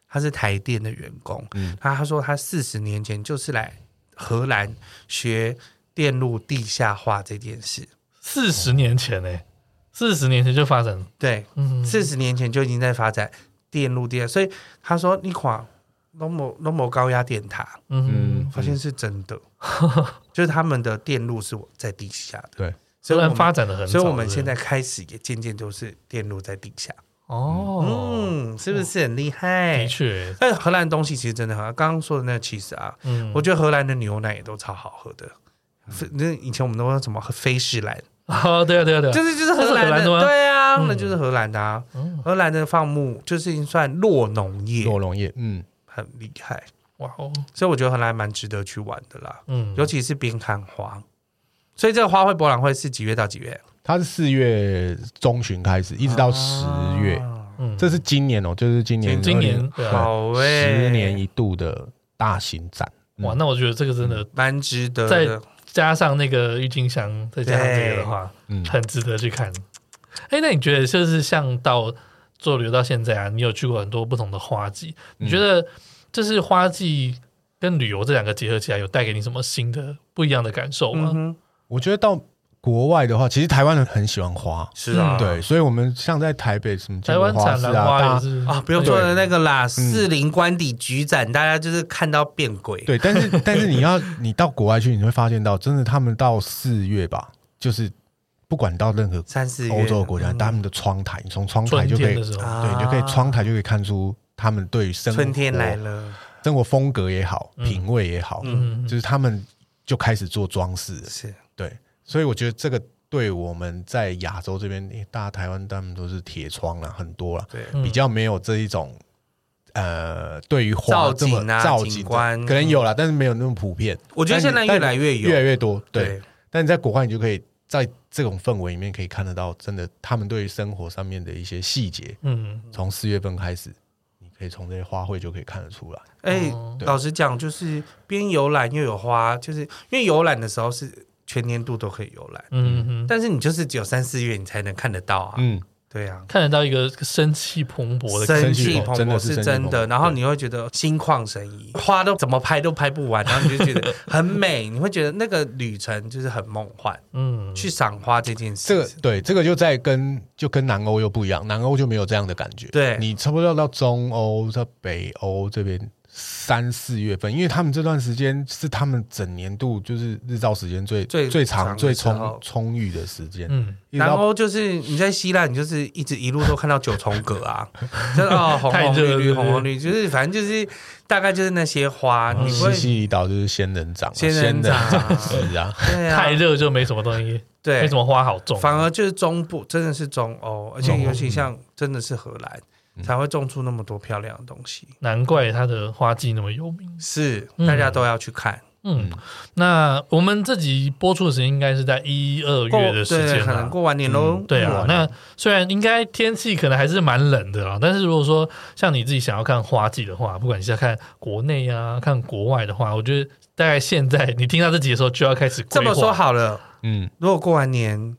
B: 他是台电的员工，
C: 嗯
B: 他他说他四十年前就是来荷兰学电路地下化这件事，
A: 四
B: 哦
A: 十年前呢、四十年前就发展，
B: 对，
A: 嗯，
B: 四十年前就已经在发展电路地下，所以他说你垮龙某龙某高压电塔，
A: 嗯，
B: 发现是真的，就是他们的电路是我在地下的，
C: 对，
A: 虽
B: 所以我
A: 然
B: 们
A: 发展的很早，
B: 所以我们
A: 是不是
B: 现在开始也渐渐都是电路在地下，
A: 哦，
B: 嗯，哎是不是很厉害？
A: 的确，
B: 但荷兰的东西其实真的很好，刚刚说的那个 cheese 啊，
A: 嗯，
B: 我觉得荷兰的牛奶也都超好喝的。非那以前我们都说什么菲士兰，
A: 啊，对啊，对啊，对啊，
B: 就是就是荷兰
A: 那是荷兰
B: 的，
A: 的吗
B: 对啊，
A: 嗯哦
B: 那就是荷兰的啊。荷兰的放牧就是已经算落农业，
C: 落农业，嗯，
B: 很厉害，
A: 哇哦，
B: 所以我觉得荷兰蛮值得去玩的啦，
A: 嗯，
B: 尤其是边看花。所以这个花卉博览会是几月到几月？
C: 它是四月中旬开始，一直到十月，
B: 啊
A: 嗯
C: 这是今年哦、就是今年
A: 今年
C: 20
A: 对啊
B: 好诶，
C: 十年一度的大型展。
A: 哇，
B: 嗯
A: 那我觉得这个真的
B: 蛮值得
A: 在
B: 的。
A: 加上那个郁金香，再加上这个的话，
C: 嗯
A: 很值得去看。哎，那你觉得就是像到做旅游到现在啊，你有去过很多不同的花季，你
B: 嗯
A: 觉得就是花季跟旅游这两个结合起来，有带给你什么新的不一样的感受
B: 嗯
A: 吗？
B: 哼，
C: 我觉得到国外的话，其实台湾人很喜欢花，
B: 是啊，
A: 嗯
C: 对，所以我们像在台北什么
A: 台湾
C: 建国花
A: 产
C: 市
A: 兰
C: 啊，
A: 花
C: 大
A: 也是
B: 啊，不用说的那个啦，
C: 嗯
B: 四零官邸局展，大家就是看到变鬼。
C: 对，但是 <laughs> 但是你要你到国外去，你会发现到真的他们到四月吧，就是不管到任何
B: 三四月
C: 欧洲的国
B: 嗯
C: 家，
B: 啊
C: 他们的窗台，你从窗
A: 春
C: 台就啊可
A: 天
C: 以
A: 的，时候，啊
C: 对，你就可以窗台就可以看出他们对于生活
B: 春天来了，
C: 生活风格也好，
A: 嗯
C: 品味也好，
A: 嗯，
C: 就是他们就开始做装饰了，
B: 是
C: 对，所以我觉得这个对我们在亚洲这边，诶大台湾他们都是铁窗啦，很多啦，
B: 对，
A: 嗯
C: 比较没有这一种呃，对于花
B: 造
C: 这么
B: 景啊
C: 造
B: 景
C: 景
B: 观
C: 的，可能有啦，但是没有那么普遍。
B: 我觉得现在越来越有，
C: 越来越多，对。
B: 对，
C: 但你在国外，你就可以在这种氛围里面可以看得到，真的他们对于生活上面的一些细节，
A: 嗯，
C: 从四月份开始，你可以从这些花卉就可以看得出来。
B: 哎
A: 哦，
C: 对
B: 老实讲，就是边游览又有花，就是因为游览的时候是全年度都可以游览，
A: 嗯嗯，
B: 但是你就是只有三四月你才能看得到啊，
C: 嗯，
B: 对啊。
A: 看得到一个生气蓬勃的感
B: 生
A: 觉，
B: 气
C: 气
B: 蓬
C: 蓬勃哦真
B: 勃
C: 的是
B: 是
C: 生气
B: 真的，
C: 蓬勃
B: 然后你会觉得心旷神怡，花都怎么拍都拍不完，然后你就觉得很美，你会觉得那个旅程就是很梦幻，
A: 嗯，
B: 去赏花这件事
C: 这
B: 情。
C: 个对，这个就在跟就跟南欧又不一样，南欧就没有这样的感觉。
B: 对
C: 你差不多要到中欧、到北欧这边三四月份，因为他们这段时间是他们整年度就是日照时间最
B: 最
C: 最
B: 长的
C: 长、最
B: 时候
C: 充充裕的时间。
A: 嗯，
C: 一直
B: 南
C: 到
B: 欧就是你在希腊，你就是一直一路都看到九重葛啊， <laughs> 就是
C: <laughs>
B: 哦红红绿绿
A: 太热了
B: 红红绿，就是反正就是大概就是那些花，你不会
C: 西西里岛 <laughs> 就是仙人掌啊，
B: 仙人
C: 人
B: 掌啊
C: <laughs> 是啊，
B: 对
A: 太
B: 啊，
A: 热就没什么东西，没
B: 对
A: 什，么花好种，
B: 反而就是中部真的是中欧，而且尤其像真的是荷兰才会种出那么多漂亮的东西，
A: 难怪它的花季那么有名。
B: 是
A: 嗯
B: 大家都要去看，
A: 嗯，那我们这集播出的时间应该是在一二
B: 过
A: 月的时
B: 对，
A: 间
B: 可
A: 啦。
B: 能过完年喽，
A: 对啊，那虽然应该天气可能还是蛮冷的啊，但是如果说像你自己想要看花季的话，不管你是要看国内啊，看国外的话，我觉得大概现在你听到这集的时候就要开始
B: 这
A: 规划
B: 么说，好了，
C: 嗯，
B: 如果过完年。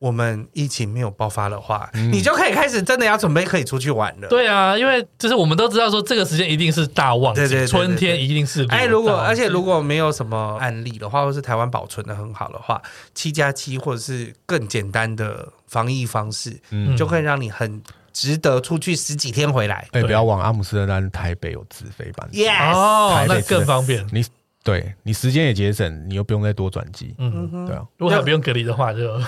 B: 我们疫情没有爆发的话，你就可以开始真的要准备可以出去玩了。
A: 对啊，因为就是我们都知道说这个时间一定是大旺季，
B: 对对对对
A: 春天一定是旅游
B: 哎，如果
A: 大旺季
B: 而且如果没有什么案例的话，或是台湾保存的很好的话，七加七或者是更简单的防疫方式，
A: 嗯
B: 就可以让你很值得出去十几天回来。
C: 哎，
A: 对
C: 不要忘阿姆斯特丹、台北有直飞班机，
B: Yes，、
A: 哦，
C: 台北
A: 那
C: 之类
A: 更方便。
C: 你对你时间也节省，你又不用再多转机，
A: 嗯，
C: 对啊，
A: 如果还不用隔离的话，就嗯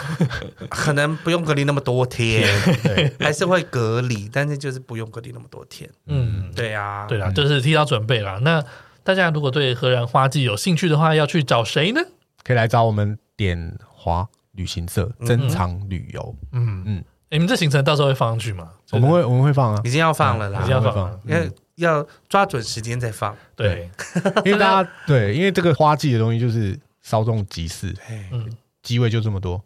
B: 可能不用隔离那么
A: <laughs>
B: 多天，
C: 对，
B: <laughs> 还是会隔离，但是就是不用隔离那么多天。
A: 嗯，
B: 对啊，
A: 对啦，就是提早准备啦。那大家如果对荷兰花季有兴趣的话，要去找谁呢？
C: 可以来找我们点华旅行社
B: 嗯
C: 珍藏旅游，
A: 嗯嗯
C: 嗯，
A: 你们这行程到时候会放上去吗？
C: 我们会我们会放啊
B: 已，经要放了
A: 嗯已经要放
B: 啦，
C: 我们
A: 了
C: 会嗯
B: 要要抓准时间再放。
A: 对，
C: <laughs> 因为大家对，因为这个花季的东西就是稍纵即逝，
B: 哎
A: 嗯。
C: 机会就这么多。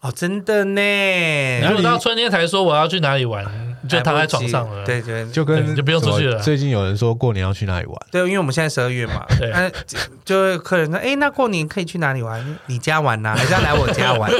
B: 哦，真的呢，哎
A: 如果到春天才说我要去哪里玩，你就躺在床上了。
B: 对对
C: 就
A: 对
C: 跟
A: 就不用出
C: 什么
A: 去了
C: 最近有人说过年要去哪里玩，
B: 对，因为我们现在十二月嘛，
A: <laughs> 对
B: 嗯，就就会有客人说，哎，那过年可以去哪里玩？你家玩啊呐、还是要来我家玩？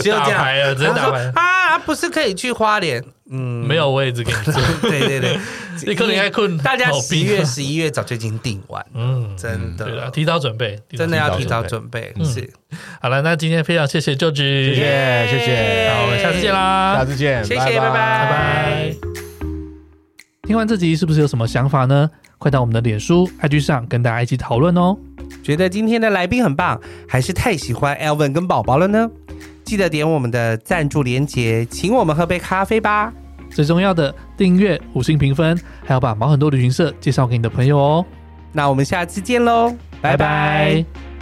B: 只有
A: 打
B: 这样。
A: 牌 <laughs> 了，直接
B: 然
A: 打
B: 后
A: 牌
B: 说。啊，不是可以去花莲？嗯，
A: 没有位置给你坐，
B: <laughs> 对对对，
A: <laughs> 你可能还困。
B: <laughs> 大家
A: 好 <laughs>
B: 十
A: 逼啊
B: 月、十一月早就已经订完，
A: 嗯，
B: 真
A: 对了，
B: 的，
A: 提早准备，
B: 真的要
A: 准
B: 提
A: 备
B: 早准备。
A: 嗯
B: 是，
A: 好了，那今天非常谢谢就职，
C: 耶，谢谢，
A: 好，我们下次见啦，
C: 下次见，
B: 谢谢拜
A: 拜
B: 拜
A: 拜。听完这集是不是有什么想法呢？快到我们的脸书、IG 上跟大家一起讨论哦。
B: 觉得今天的来宾很棒，还是太喜欢 Elvin 跟宝宝了呢？记得点我们的赞助连结，请我们喝杯咖啡吧。
A: 最重要的，订阅、五星评分，还要把毛很多旅行社介绍给你的朋友哦。
B: 那我们下次见喽，拜拜
A: 拜拜